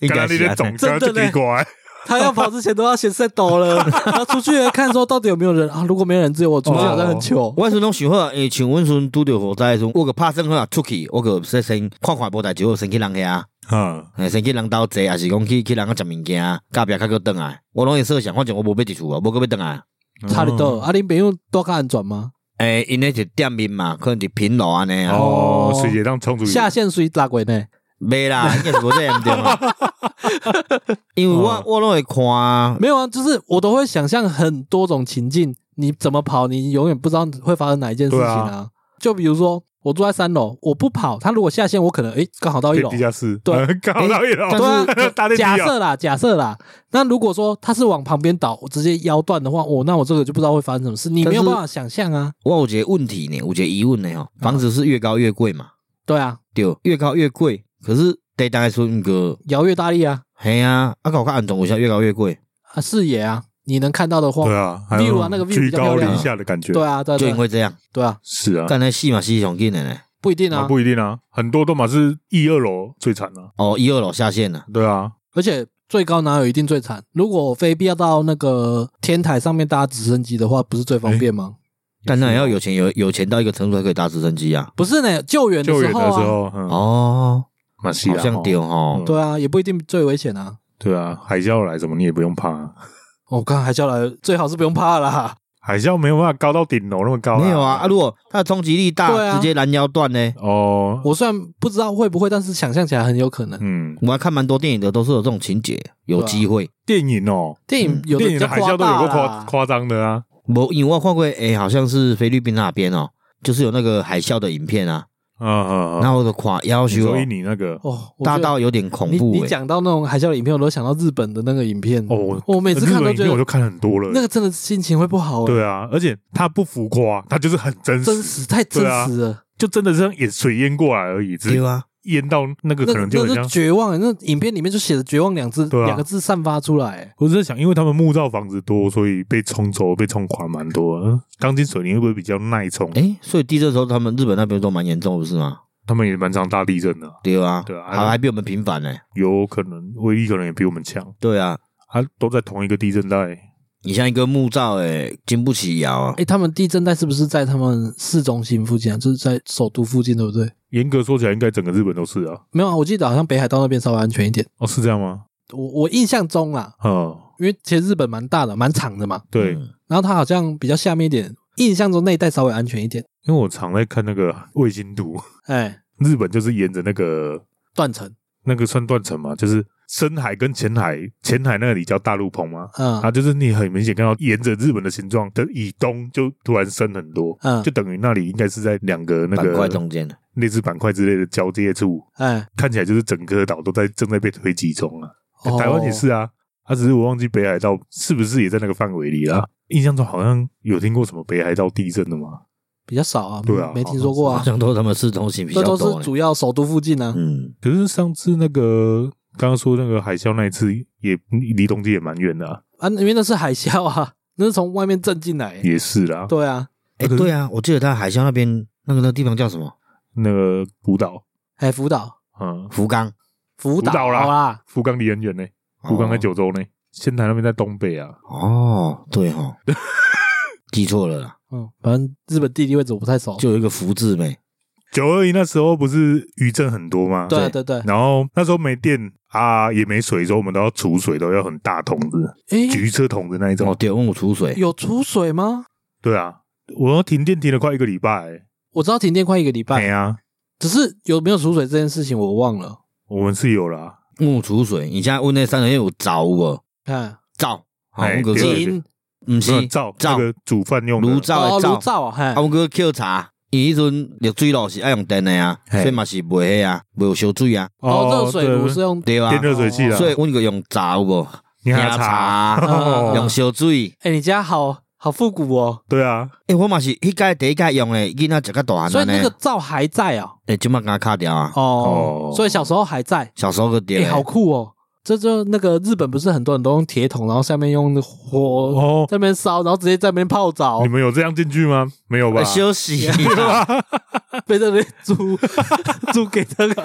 C: 应
B: 刚刚呃
C: 该
B: 你
C: 是
B: 的
C: 啊。
B: 总车就奇怪，
A: 他要跑之前都要先 set 抖了， 然后出去看说到底有没有人啊？如果没人，只有我出去，
B: 哦
A: 好像很糗。
C: 我迄阵拢想好，诶，像阮孙拄着火灾诶时阵，我个拍算好啊，出去，我个说先看看无代志，我先去人遐，
B: 嗯，
C: 嘿先去人兜坐，还是讲去去人遐食物件，隔壁较个转来，我拢会设想，反正我无要伫厝啊，无个要转来。
A: 差里多，啊，你朋友多较安全吗？
C: 诶，因迄是店面嘛，可能伫平路安尼啊，
B: 哦，水也当冲出去，
A: 下线谁打鬼呢？
C: 袂啦，应该是无这严重啊。 因为我
B: 哦
C: 我拢会看啊，
A: 没有啊，就是我都会想象很多种情境，你怎么跑，你永远不知道会发生哪一件事情
B: 对
A: 啊。就比如说，我住在三楼，我不跑，他如果下线，我可能诶刚好到一
B: 变
A: 楼
B: 地。下室，
A: 对
B: 嗯，刚好到一楼，
A: 对
B: 搭
A: 啊，
B: 电梯
A: 假
B: 啊
A: 设啦，假设啦。那如果说他是往旁边倒，我直接腰断的话，我、那我这个就不知道会发生什么事，你没有
C: 但是
A: 办法想象啊。
C: 我有一个问题呢，有一个疑问呢吼，房子是越高越贵嘛，
A: 对啊，
C: 对，越高越贵，可是地当的时阵个，
A: 摇越大力啊，
C: 嘿啊，啊搞较安全，为啥越高越贵？
A: 啊视野啊，你能看到的话，
B: 对啊，还有
A: 例如啊那个 view
B: 居
A: 比较漂
B: 高
A: 亮
B: 临下的感觉，
A: 对啊，对啊
C: 就
A: 对
C: 因
A: 啊
C: 为这样，
A: 对啊，
B: 是啊，
C: 干那戏嘛是上紧的呢。
A: 不一定
B: 那
A: 啊。
B: 不一定啊，很多都嘛是一二楼最惨啊，
C: 哦，一二楼下线了，
B: 对啊，
A: 而且最高哪有一定最惨？如果非必要到那个天台上面搭直升机的话，不是最方便吗？
B: 啊
C: 但那也要有钱，有有钱到一个程度才可以搭直升机啊。
A: 不是呢，救援的
B: 救
A: 时
B: 援的
A: 候
B: 时
A: 啊，
B: 候，嗯，
C: 哦，
B: 嘛是啊
C: 好像
B: 哦
C: 丢吼
B: 嗯，
A: 对啊，也不一定最危险啊。
B: 对啊，海啸来什么你也不用怕啊，
A: 我刚海啸来，最好是不用怕啦。
B: 海啸没有办法高到顶楼那么高，
C: 没有啊啊！。如果它的冲击力
A: 对
C: 大，
A: 啊
C: 直接拦腰断呢？
B: 哦，
A: 我虽然不知道会不会，但是想象起来很有可能。
B: 嗯，
C: 我还看蛮多电影的，都是有这种情节，有
A: 对啊
C: 机会。
B: 电影哦，
A: 电影有的
B: 电
A: 比
B: 影
A: 较
B: 的海
A: 夸
B: 啸都有
A: 大啊
B: 过夸
A: 啦，
B: 夸张的啊，
C: 我因为我看过，诶，好像是菲律宾那边哦，就是有那个海啸的影片啊，
B: 啊啊，
C: 然后我就看，要
B: 你
C: 求
B: 说印尼那个，
A: 哦，我觉
C: 大
A: 得
C: 到有点恐
A: 你
C: 怖欸
A: 你
C: 诶。
A: 讲到那种海啸的影片，我都想到日本的那个影片。
B: 哦，我
A: 我每次看
B: 日本
A: 都
B: 影
A: 觉
B: 片我
A: 得
B: 就看很多了，
A: 那个真的心情会不好、欸。欸
B: 对啊，而且它不浮夸，它就是很真
A: 真
B: 实，
A: 实太真
B: 啊
A: 实了，
B: 就真的是像也水淹过来而已，只
C: 对
B: 是
C: 啊，
B: 淹到那个
A: 那
B: 可能就很
A: 那
B: 像
A: 是。绝望。欸那影片里面就写着“绝望”两字，
B: 对啊
A: 两个字散发出来。欸
B: 我是在想，因为他们木造房子多，所以被冲走、被冲垮蛮多的。嗯钢筋水泥会不会比较耐冲？
C: 诶，所以地震的时候，他们日本那边都蛮严重，不是吗？
B: 他们也蛮常大地震的啊，
C: 对啊，
B: 对啊
C: 还还比我们频繁呢。
B: 有可能威力可能也比我们强。
C: 对啊，
B: 啊，都在同一个地震带，
C: 你像一个木造诶，经不起摇啊
A: 哎、。他们地震带是不是在他们市中心附近啊？就是在首都附近，对不对？
B: 严格说起来，应该整个日本都是啊。
A: 没有啊，我记得好像北海道那边稍微安全一点。
B: 哦，是这样吗？
A: 我我印象中啦，
B: 嗯，
A: 因为其实日本蛮大的，蛮长的嘛。
B: 对，
C: 嗯
A: 然后它好像比较下面一点，印象中那一带稍微安全一点。
B: 因为我常在看那个卫星图，
A: 哎、
B: 日本就是沿着那个
A: 断层，
B: 那个算断层嘛，就是深海跟浅海，浅海那里叫大陆棚嘛。
A: 嗯
B: 啊，就是你很明显看到沿着日本的形状的以东，就突然深很多，
A: 嗯
B: 就，等于那里应该是在两个那
C: 板块
B: 个
C: 中间的。
B: 类似板块之类的交界处，
A: 哎、
B: 看起来就是整个岛都在正在被推挤中啊。
A: 哦
B: 台湾也是啊，啊，只是我忘记北海道是不是也在那个范围里啦。印象中好像有听过什么北海道地震的吗？
A: 比较少啊，
B: 对啊
A: 没听说过
C: 好
A: 啊。
C: 像都是他们市中心比
A: 这
C: 较
A: 都
C: 多
A: 是
C: 呢。
A: 主要首都附近啊。
C: 嗯，
B: 可是上次那个刚刚说那个海啸那一次也离东京也蛮远的、啊，
A: 啊，因为那是海啸啊，那是从外面震进来。欸
B: 也是啦，
A: 对啊，
C: 哎、对啊，我记得他海啸那边那个那个地方叫什么？
B: 那个福岛，
A: 哎，福岛，
B: 嗯，
C: 福冈。
A: 福岛
B: 福岛啦
A: 好啦，
B: 福冈离很远呢，福冈在九州呢，仙台那边在东北啊，
C: 哦，对哦， 记错了啦，
A: 嗯，反正日本地理位置我不太熟。
C: 就有一个福字没。
B: 九二一那时候不是余震很多吗？
A: 对对对，
B: 然后那时候没电啊，也没水，所以我们都要储水，都要很大桶子，
A: 哎，
B: 橘色桶子那一
C: 哦，
B: 种。
C: 对，问我储水。
A: 有储水吗？
B: 对啊，我停电停了快一个礼拜、
A: 我知道停电快一个礼
B: 欸。哎
A: 拜，
B: 呀、
A: 只是有没有储水这件事情我忘了。
B: 我们是有啦，
C: 问我储水，你现在问那三个月有灶无？
A: 看，
C: 灶，好，
B: 哎
C: 啊阮哥
B: 对嗯
C: 是，
A: 银
C: 毋
B: 没有
C: 是
B: 灶那
C: 灶，
B: 个煮饭用
C: 炉
B: 的。
A: 哦，
C: 灶
A: 炉
C: 的灶。
A: 灶啊，
C: 啊，
A: 嘿
C: 阮哥捡茶，伊迄阵热水炉是爱用电的啊，
B: 嘿
C: 所以嘛是袂迄啊，袂有烧水啊，
A: 哦，热水炉是用
C: 对啊
B: 电。热水器啦，
C: 所以阮个用灶有无？
B: 你还查？
C: 喝 茶，
A: 哦
C: 用烧水。
A: 哎、你家好好复古哦，
B: 对啊，
C: 诶，我嘛是迄届第一届用诶，囡仔食较大汉
A: 所
C: 了
A: 以那
C: 呢
A: 个。灶还在哦，
C: 诶，即麦甲卡掉啊，
A: 哦，
B: 哦
A: 所以小时候还在，
C: 小时候个
A: 哎、
C: 点。
A: 好酷哦。这就那个日本不是很多人都用铁桶，然后下面用火、
B: 哦
A: 在那边烧，然后直接在那边泡澡
B: 你，们有这样进去吗？没有吧
C: 诶？休息啊，
A: 被这边 煮煮给这个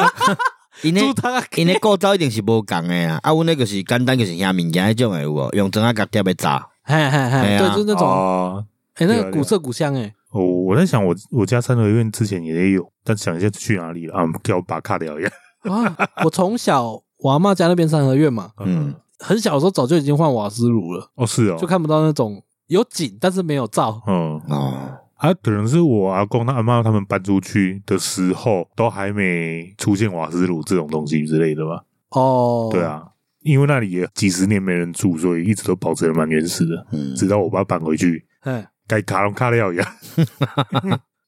C: 因
A: 煮
C: 为
A: 汤啊，
C: 因为构造一定是无共诶啊，啊，阮迄个是简单，就是遐物件迄种诶有无？用砖啊甲贴诶炸，
A: 嘿嘿
C: 哎
A: 嘿，
C: 呀
A: 对，就是那种
B: 啊，
A: 哎、那
B: 对啊
A: 个
B: 对啊
A: 古色古香哎、
B: 哦，我在想我，我家三合院之前也有，但想一下去哪里啊？给我把它卡掉一下。
A: 啊，我从小我阿妈家那边三合院嘛，
C: 嗯，
A: 很小的时候早就已经换瓦斯炉了，
B: 哦，是哦，
A: 就看不到那种有井但是没有灶，
B: 嗯
C: 哦，
B: 啊，可能是我阿公、他阿妈他们搬出去的时候，都还没出现瓦斯炉这种东西之类的吧？
A: 哦，
B: 对，啊，因为那里也几十年没人住，所以一直都保持的蛮原始的。
C: 嗯，
B: 直到我爸搬回去，
A: 哎，
B: 该卡拢卡掉一样。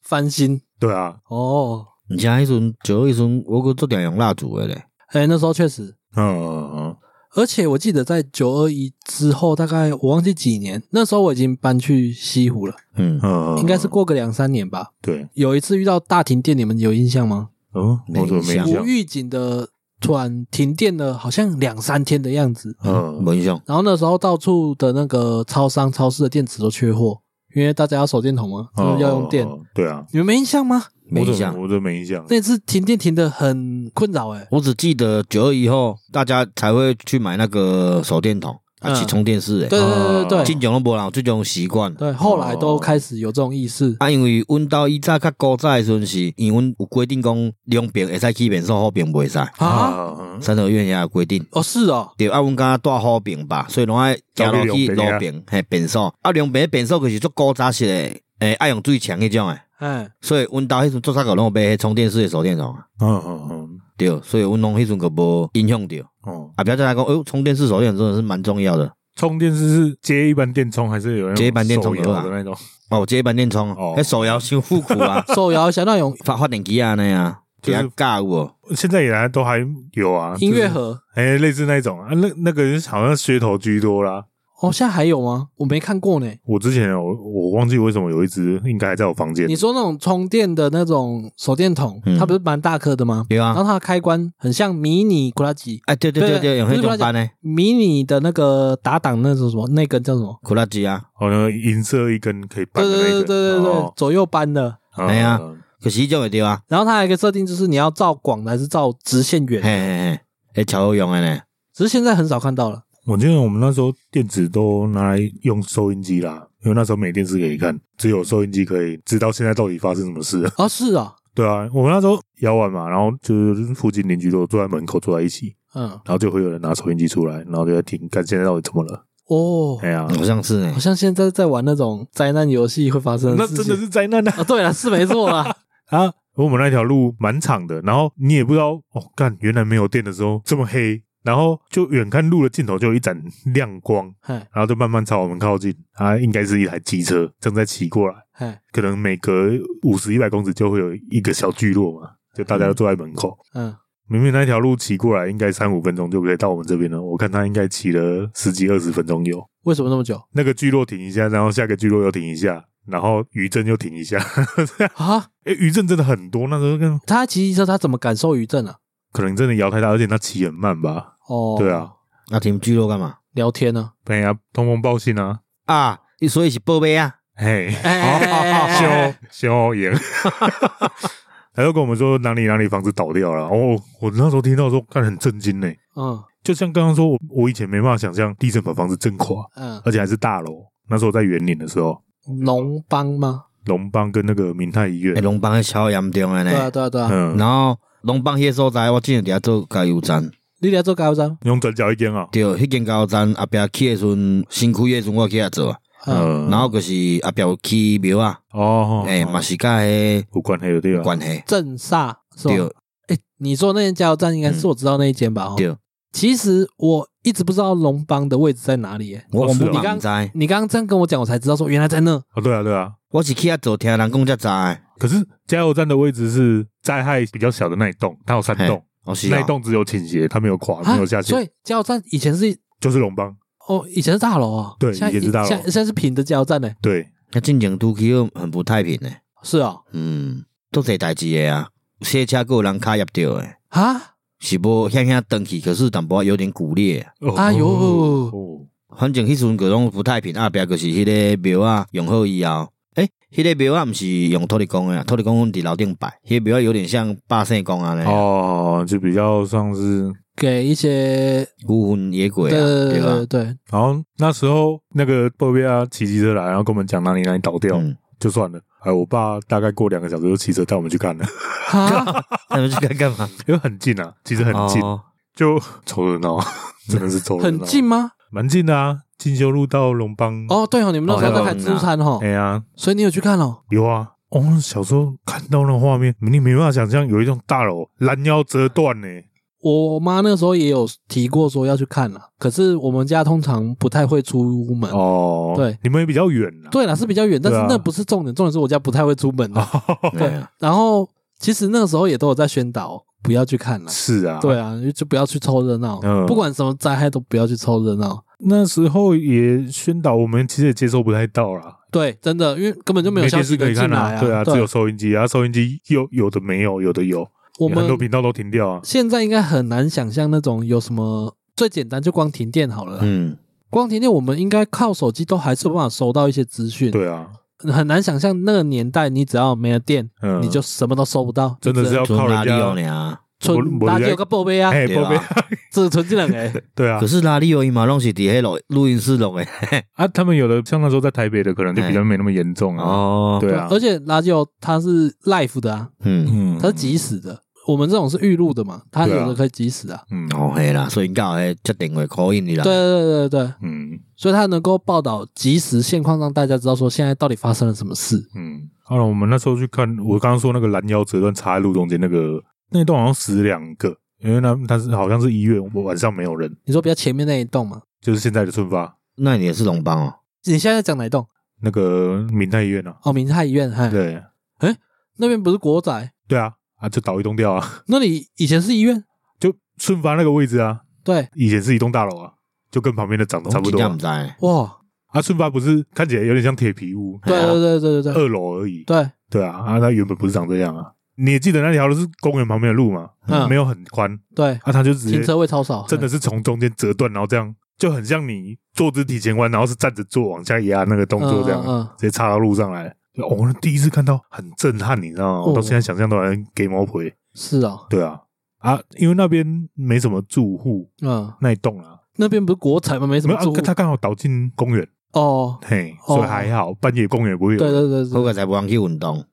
A: 翻新
B: 对啊，
A: 哦，
C: 而且迄阵就迄阵我阁做点用蜡烛诶咧，
A: 哎、那时候确实，
B: 嗯，
A: 而且我记得在九二一之后，大概我忘记几年，那时候我已经搬去西湖了，
C: 嗯，
B: 嗯，
A: 应该是过个两三年吧。
B: 对，
A: 有一次遇到大停电，你们有印象吗？
B: 哦，我怎么没
C: 没印
B: 印
A: 无
B: 象？
A: 预警的突然停电了，好像两三天的样子。
B: 嗯，
C: 无印象，
A: 然后那时候到处的那个超商、超市的电池都缺货，因为大家要手电筒嘛，就是要用电。
B: 哦。对啊，
A: 你们没印象吗？
C: 没印
B: 我怎
C: 象
B: 么。我怎么没印象？
A: 那次停电停的很困扰、欸，哎，
C: 我只记得九二以后，大家才会去买那个手电筒，啊，
A: 嗯
C: 去充电视诶。
A: 对对对对
C: 进
A: 对
C: 前拢无人有这种习惯。
A: 对，后来都开始有这种意识。
C: 啊，因为阮兜以早较古早诶时阵，是因为阮有规定讲两边会使去面所，好边袂使。
A: 啊，
B: 嗯
C: 三合院也有规定。
A: 哦，是哦，
C: 对啊，阮敢若带好边吧，所以拢爱行落
B: 走
C: 去路
B: 去哦两
C: 边嘿便所。啊，两边的便所就是做古早式诶，诶爱用水枪迄种诶。
A: 哎，，
C: 所以阮兜迄阵做啥个拢有买迄充电式诶手电筒啊。
B: 嗯嗯嗯，
C: 对，所以阮拢迄阵个无影响着。
B: 哦，
C: 啊，不要再来讲，哦，充电式手电真的是蛮重要的。
B: 充电式是接一般电充还是有那种
C: 接一般电充
B: 手摇的那种？
C: 哦，接板电充，
B: 哦
C: 迄手摇伤复古啊
A: 手摇小那种
C: 发发电机啊那样，
B: 就
C: 比
B: 是
C: 较尬我。
B: 现在也还都还有啊，
A: 音乐
B: 就是
A: 盒。
B: 哎，类似那一种啊，那那个好像噱头居多啦。
A: 哦，现在还有吗？我没看过呢。
B: 我之前我我忘记为什么有一只应该还在我房间
A: 你，说那种充电的那种手电筒，
C: 嗯
A: 它不是蛮大颗的吗？
C: 对
A: 然
C: 啊
A: 后，它的开关很像迷你库拉吉，
C: 哎，对对对对，
A: 对啊
C: 有
A: 不是
C: 迄种班呢，
A: 迷你的那个打挡那种什么那根叫什么？
C: 苦拉机啊，
B: 好像银色一根可
A: 对
B: 以扳的那
A: 对
B: 一
A: 对
B: 个。
A: 对对对
B: 哦，，
A: 左右扳的。
B: 哎
C: 哎呀可是迄种会对啊，
A: 然后它还有一个设定就是你要照广的还是照直线
C: 嘿
A: 远，
C: 嘿嘿，会超好用的呢。
A: 只是现在很少看到了。
B: 我记得我们那时候电池都拿来用收音机啦，因为那时候没电视可以看，只有收音机可以知道现在到底发生什么事。
A: 哦，是啊，
B: 对啊，我们那时候摇完嘛，然后就是附近邻居都坐在门口坐在一起，
A: 嗯，
B: 然后就会有人拿收音机出来，然后就在听，看现在到底怎么了。
A: 哦，
B: 哎呀，
C: 好像是呢
A: 好，像现在在玩那种灾难游戏会发生
B: 那
A: 的事
B: 真
A: 情。
B: 的嗯是灾难啊！
A: 啊，对了，是没错 啦。
B: 啊，我们那条路蛮长的，然后你也不知道哦，干原来没有电的时候这么黑，然后就远看路的尽头就有一盏亮光，
A: 嘿，
B: 然后就慢慢朝我们靠近，啊，应该是一台机车正在骑过来，
A: 嘿，
B: 可能每隔五十一百公尺就会有一个小聚落嘛，就大家都坐在门口。
A: 嗯，
B: 明明那条路骑过来应该三五分钟就可以到我们这边了，我看他应该骑了十几二十分钟有。
A: 为什么那么久
B: 那个聚落停一下，然后下个聚落又停一下，然后余震又停一下。
A: 啊？
B: 哎、余震真的很多，那时候跟
A: 他骑机车，他怎么感受余震啊？
B: 可能真的摇太大，而且它骑很慢吧？
A: 哦，
B: 对啊，
C: 那听聚落干嘛
A: 聊天呢、
B: 对呀、通风报信啊，
C: 啊？所以是报备啊。
B: 嘿，
A: 哎
B: 消消炎， 他就跟我们说哪里哪里房子倒掉了。哦，我那时候听到的时候，看很震惊呢。
A: 嗯
B: 就像刚刚说，我我以前没办法想象地震把房子震垮，
A: 嗯，
B: 而且还是大楼。那时候在园林的时候，
A: 龙帮吗？
B: 龙邦跟那个明泰医院
C: 诶，，哎龙邦迄超严重诶
A: 对啊
C: 呢。
A: 对啊对啊，
B: 嗯，
C: 然后龙邦迄个所在，我之前伫遐做加油站，
A: 你来做高山，
B: 用转角一间啊，
C: 对，迄间加油站后壁起诶时阵，新区诶时阵我去遐做啊。
A: 嗯
B: 嗯，
C: 然后就是后壁有起庙啊，
B: 哦，啊
C: 诶，嘛是甲迄
B: 有关系的对
C: 有
B: 吧？
C: 关系。
A: 镇煞是
C: 对
B: 哦
A: 吧？哎，你说那间加油站应该是我知道那一间吧？哦
C: 对，
A: 其实我一直不知道龙帮的位置在哪里耶。
C: 我
B: 哦
C: 我
B: 是
C: 不
B: 哦
C: 嘛
A: 你刚
C: 毋知，
A: 你刚刚这样跟我讲，我才知道说原来在那。
B: 哦，对啊，对啊。
C: 我是去遐做，听人讲才知诶。
B: 可是加油站的位置是灾害比较小的那一栋，它有三栋，
C: 我是
B: 那
C: 啊
B: 一栋只有倾斜，它没有垮，
A: 啊
B: 没有下
A: 所
B: 陷，
A: 以加油站以前是
B: 就是龙邦。
A: 哦，以前是大楼啊，
B: 对
A: 现在
B: 以前是大楼
A: 现在现在是平的加油站呢。
B: 对，
C: 那进前拄去很很不太平诶。
A: 是哦，
C: 嗯，都侪代志诶啊，洗车还有人卡入着诶，
A: 啊，
C: 是无向向登去，可是淡薄仔有点骨裂。啊
B: 哦
A: 哎呦
B: 哦
C: 反正迄时阵个拢不太平，后壁就是迄个庙啊用好以后，诶、迄、个庙啊毋是用土地公诶啊，土地公阮伫楼顶摆，迄、个庙啊有点像百姓公啊安尼，
A: 哎
B: 哦，就比较像是，
A: 给一些
C: 孤魂野鬼
A: 对
C: 啊，对
A: 对
C: 吧
A: 对？对，
B: 然后那时候那个波比亚骑机车来，然后跟我们讲哪里哪里倒掉，
C: 嗯，
B: 就算了。哎，我爸大概过两个小时就骑车带我们去 看了，
A: 啊，
C: 那你去干干嘛？
B: 因为很近啊，其实很近，
C: 哦
B: 就 凑热闹，真的是凑热
A: 很
B: 闹，
A: 近，吗？
B: 蛮近的啊，进修路到龙邦。
A: 哦，对哦，你们那时候在看自助餐哦
B: 哎，呀，
A: 所以你有去看哦。
B: 有啊，我、哦、小时候看到那画面，你没办法想象有一栋大楼拦腰折断呢、
A: 我妈那时候也有提过说要去看了，可是我们家通常不太会出门。
B: 哦
A: 对，
B: 你们也比较远啦。
A: 对啦，是比较远，但是
B: 对啊哦
A: 那不是重点，重点是我家不太会出门啊。
C: 对 啊，
A: 然后其实那个时候也都有在宣导不要去看了。
B: 是啊，
A: 对，啊，就不要去凑热闹，
B: 嗯
A: 不管什么灾害都不要去凑热闹。
B: 那时候也宣导，我们其实也接收不太到啦，
A: 对，真的，因为根本就没有消
B: 电视
A: 息
B: 可
A: 能
B: 以
A: 进
B: 看
A: 来
B: 对啊，
A: 对
B: 只有收音机啊，收音机有有的没有，有的有，
A: 我
B: 很多
A: 们
B: 频道都停掉啊。
A: 现在应该很难想象那种有什么最简单就光停电好了啦，
C: 嗯，
A: 光停电我们应该靠手机都还是有办法收到一些资讯，
B: 对啊，
A: 很难想象那个年代你只要没了电，
B: 嗯，
A: 你就什么都收不到，
B: 真的是要
C: 存
B: 靠
C: 哪
B: 人
C: 里
A: 哦
C: 有
B: 家。
C: 呢？
B: 我
A: 存
B: 我
A: 垃圾
B: 觉得
A: 有个报备啊，
B: 哎，
C: 哦对
B: 宝贝，
C: 吧？
A: 这是存进来的。
B: 对啊
C: 可，是哪里有伊嘛，拢是伫迄录录音室录 诶。
B: 啊，他们有的像那时候在台北的，可能就比较没那么严重啊。
C: 哦，
B: 对啊，
A: 而且垃圾油它是 live 的啊，
C: 嗯，
B: 嗯
A: 它是即时的。我们这种是预录的嘛，它有
B: 对
A: 的
B: 啊
A: 可以即时啊。
B: 嗯
C: 哦嘿啦，所以到迄接电话 call in 你啦。
A: 对
B: 啊
A: 对对对对，
B: 嗯
A: 所以它能够报道即时现况，让大家知道说现在到底发生了什么事。
B: 嗯，好了，我们那时候去看，我刚刚说那个拦腰折断插在路中间那个那一栋好像死两个，因为那它是好像是医院，我晚上没有人，
A: 你说比较前面那一栋嘛？
B: 就是现在的顺发
C: 那你也是龙帮哦。
A: 你现在在讲哪一栋？
B: 那个明泰医院啊，
A: 哦，明泰医院，嗨，
B: 对
A: 那边不是国仔，
B: 对啊，啊就倒一栋掉啊，
A: 那里以前是医院，
B: 就顺发那个位置啊，
A: 对，
B: 以前是一栋大楼啊，就跟旁边的长得差
A: 哦
B: 不多
C: 我
B: 啊
C: 真正不。知道。
A: 哇，
B: 啊，顺发不是看起来有点像铁皮屋，
A: 对
C: 哎呀
A: 对对对对对
B: 二楼而已，
A: 对，
B: 对啊，啊它原本不是长这样啊，你也记得那条路是公园旁边的路嘛，
A: 嗯
B: 没有很宽，
A: 对，
B: 啊它就直接
A: 停车位超少，
B: 真的是从中间折断，然后这样就很像你坐姿体前弯，然后是站着坐往下压那个动作这样，
A: 嗯嗯嗯
B: 直接插到路上来。就哦我、那第一次看到很震撼，你知道吗？我到
A: 哦
B: 现在想象都还给毛腿。
A: 是哦，
B: 对啊，啊，因为那边没什么住户
A: 嗯，
B: 那一栋啊，
A: 那边不是国仔吗？没什么
B: 没有、啊
A: 住户，
B: 它刚好倒进公园，
A: 哦，
B: 嘿，
A: 哦
B: 所以还好，半夜公园不会有
A: 对
B: 人
A: 对对
C: 好
A: 对，
C: 个才无人去运动。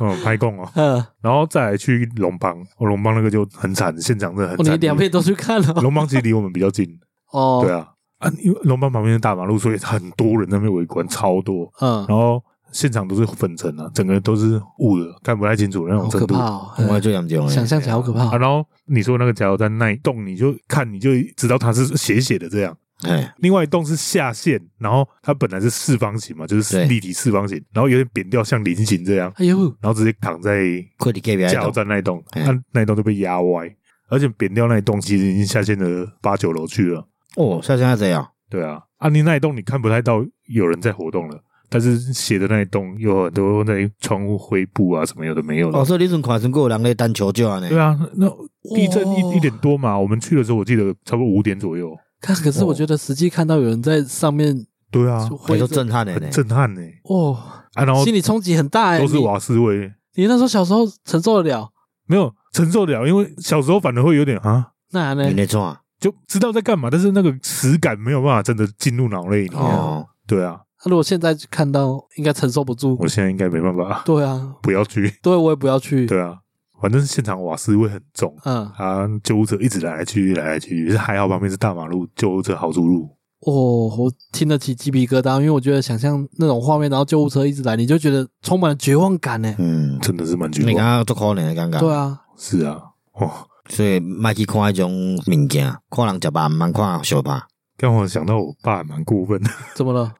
B: 嗯拍供哦。
A: 嗯，
B: 然后再来去龙邦，哦，龙邦那个就很惨，现场真的很
A: 哦，你
B: 惨。
A: 两边都去看 了，
B: 龙邦其实离我们比较近，
A: 哦，
B: 对啊，啊，因为龙邦旁边是大马路，所以很多人在那边围观，超多。
A: 嗯，
B: 然后现场都是粉尘啊，整个都是雾的，看不太清楚那
A: 好
B: 种
A: 可
B: 程度。
A: 怕
B: 啊，
A: 哦，
C: 我
A: 嗯
C: 最严重
A: 想
C: 诶，
A: 象起来好可怕哦，
B: 然后你说那个加油站那一栋，你就看你就知道它是斜斜的这样。
C: 哎，
B: 另外一栋是下陷，然后它本来是四方形嘛，就是
C: 对
B: 立体四方形，然后有点扁掉，像菱形这样，
A: 哎呦，
B: 然后直接躺在
C: 快点隔
B: 加
C: 壁来
B: 油
C: 动。
B: 站那一栋，
A: 哎
C: 嗯
B: 那、那一栋就被压歪，而且扁掉那一栋其实已经下陷了八九楼去了。
C: 哦，下下这样，
B: 对啊，啊，你那一栋你看不太到有人在活动了，但是斜的那一栋又有很多那窗户灰布啊什么有的没有的。
C: 哦，所以你阵看阵还有人咧等求救安尼
B: 对。啊，那地震
A: 哇
B: 一一点多嘛，我们去的时候我记得差不多五点左右，
A: 看，可是我觉得实际看到有人在上面
B: 对哦啊，
A: 挥
C: 很
A: 着
C: 多震撼的呢
B: 很。震撼呢、
A: 哦，
B: 啊，然后
A: 心理冲击很大哎、
B: 都是
A: 你
B: 瓦斯味，
A: 你那时候小时候承受得了，
B: 没有承受得了，因为小时候反而会有点啊，
A: 那呢
C: 你？那种啊，
B: 就知道在干嘛，但是那个实感没有办法真的进入脑内里面。
C: 哦，
B: 对啊，
A: 那如果现在看到，应该承受不住
B: 我。现在应该没办法，
A: 对啊，
B: 不要去。
A: 对我也不要去。
B: 对啊，反正现场瓦斯味很重，
A: 嗯，
B: 啊，救护车一直来来去去来来去去，还好旁边是大马路，救护车好出入。
A: 哦，我听得起鸡皮疙瘩，因为我觉得想象那种画面，然后救护车一直来，你就觉得充满了绝望感呢。
C: 嗯，
B: 真的是蛮绝
C: 你感
B: 望。
C: 觉足可怜的感觉。
A: 对啊，
B: 是啊，哦，
C: 所以莫去看迄种物件，看人食饭，毋通看相 拍。
B: 让我想到我爸蛮过分的。
A: 怎么了？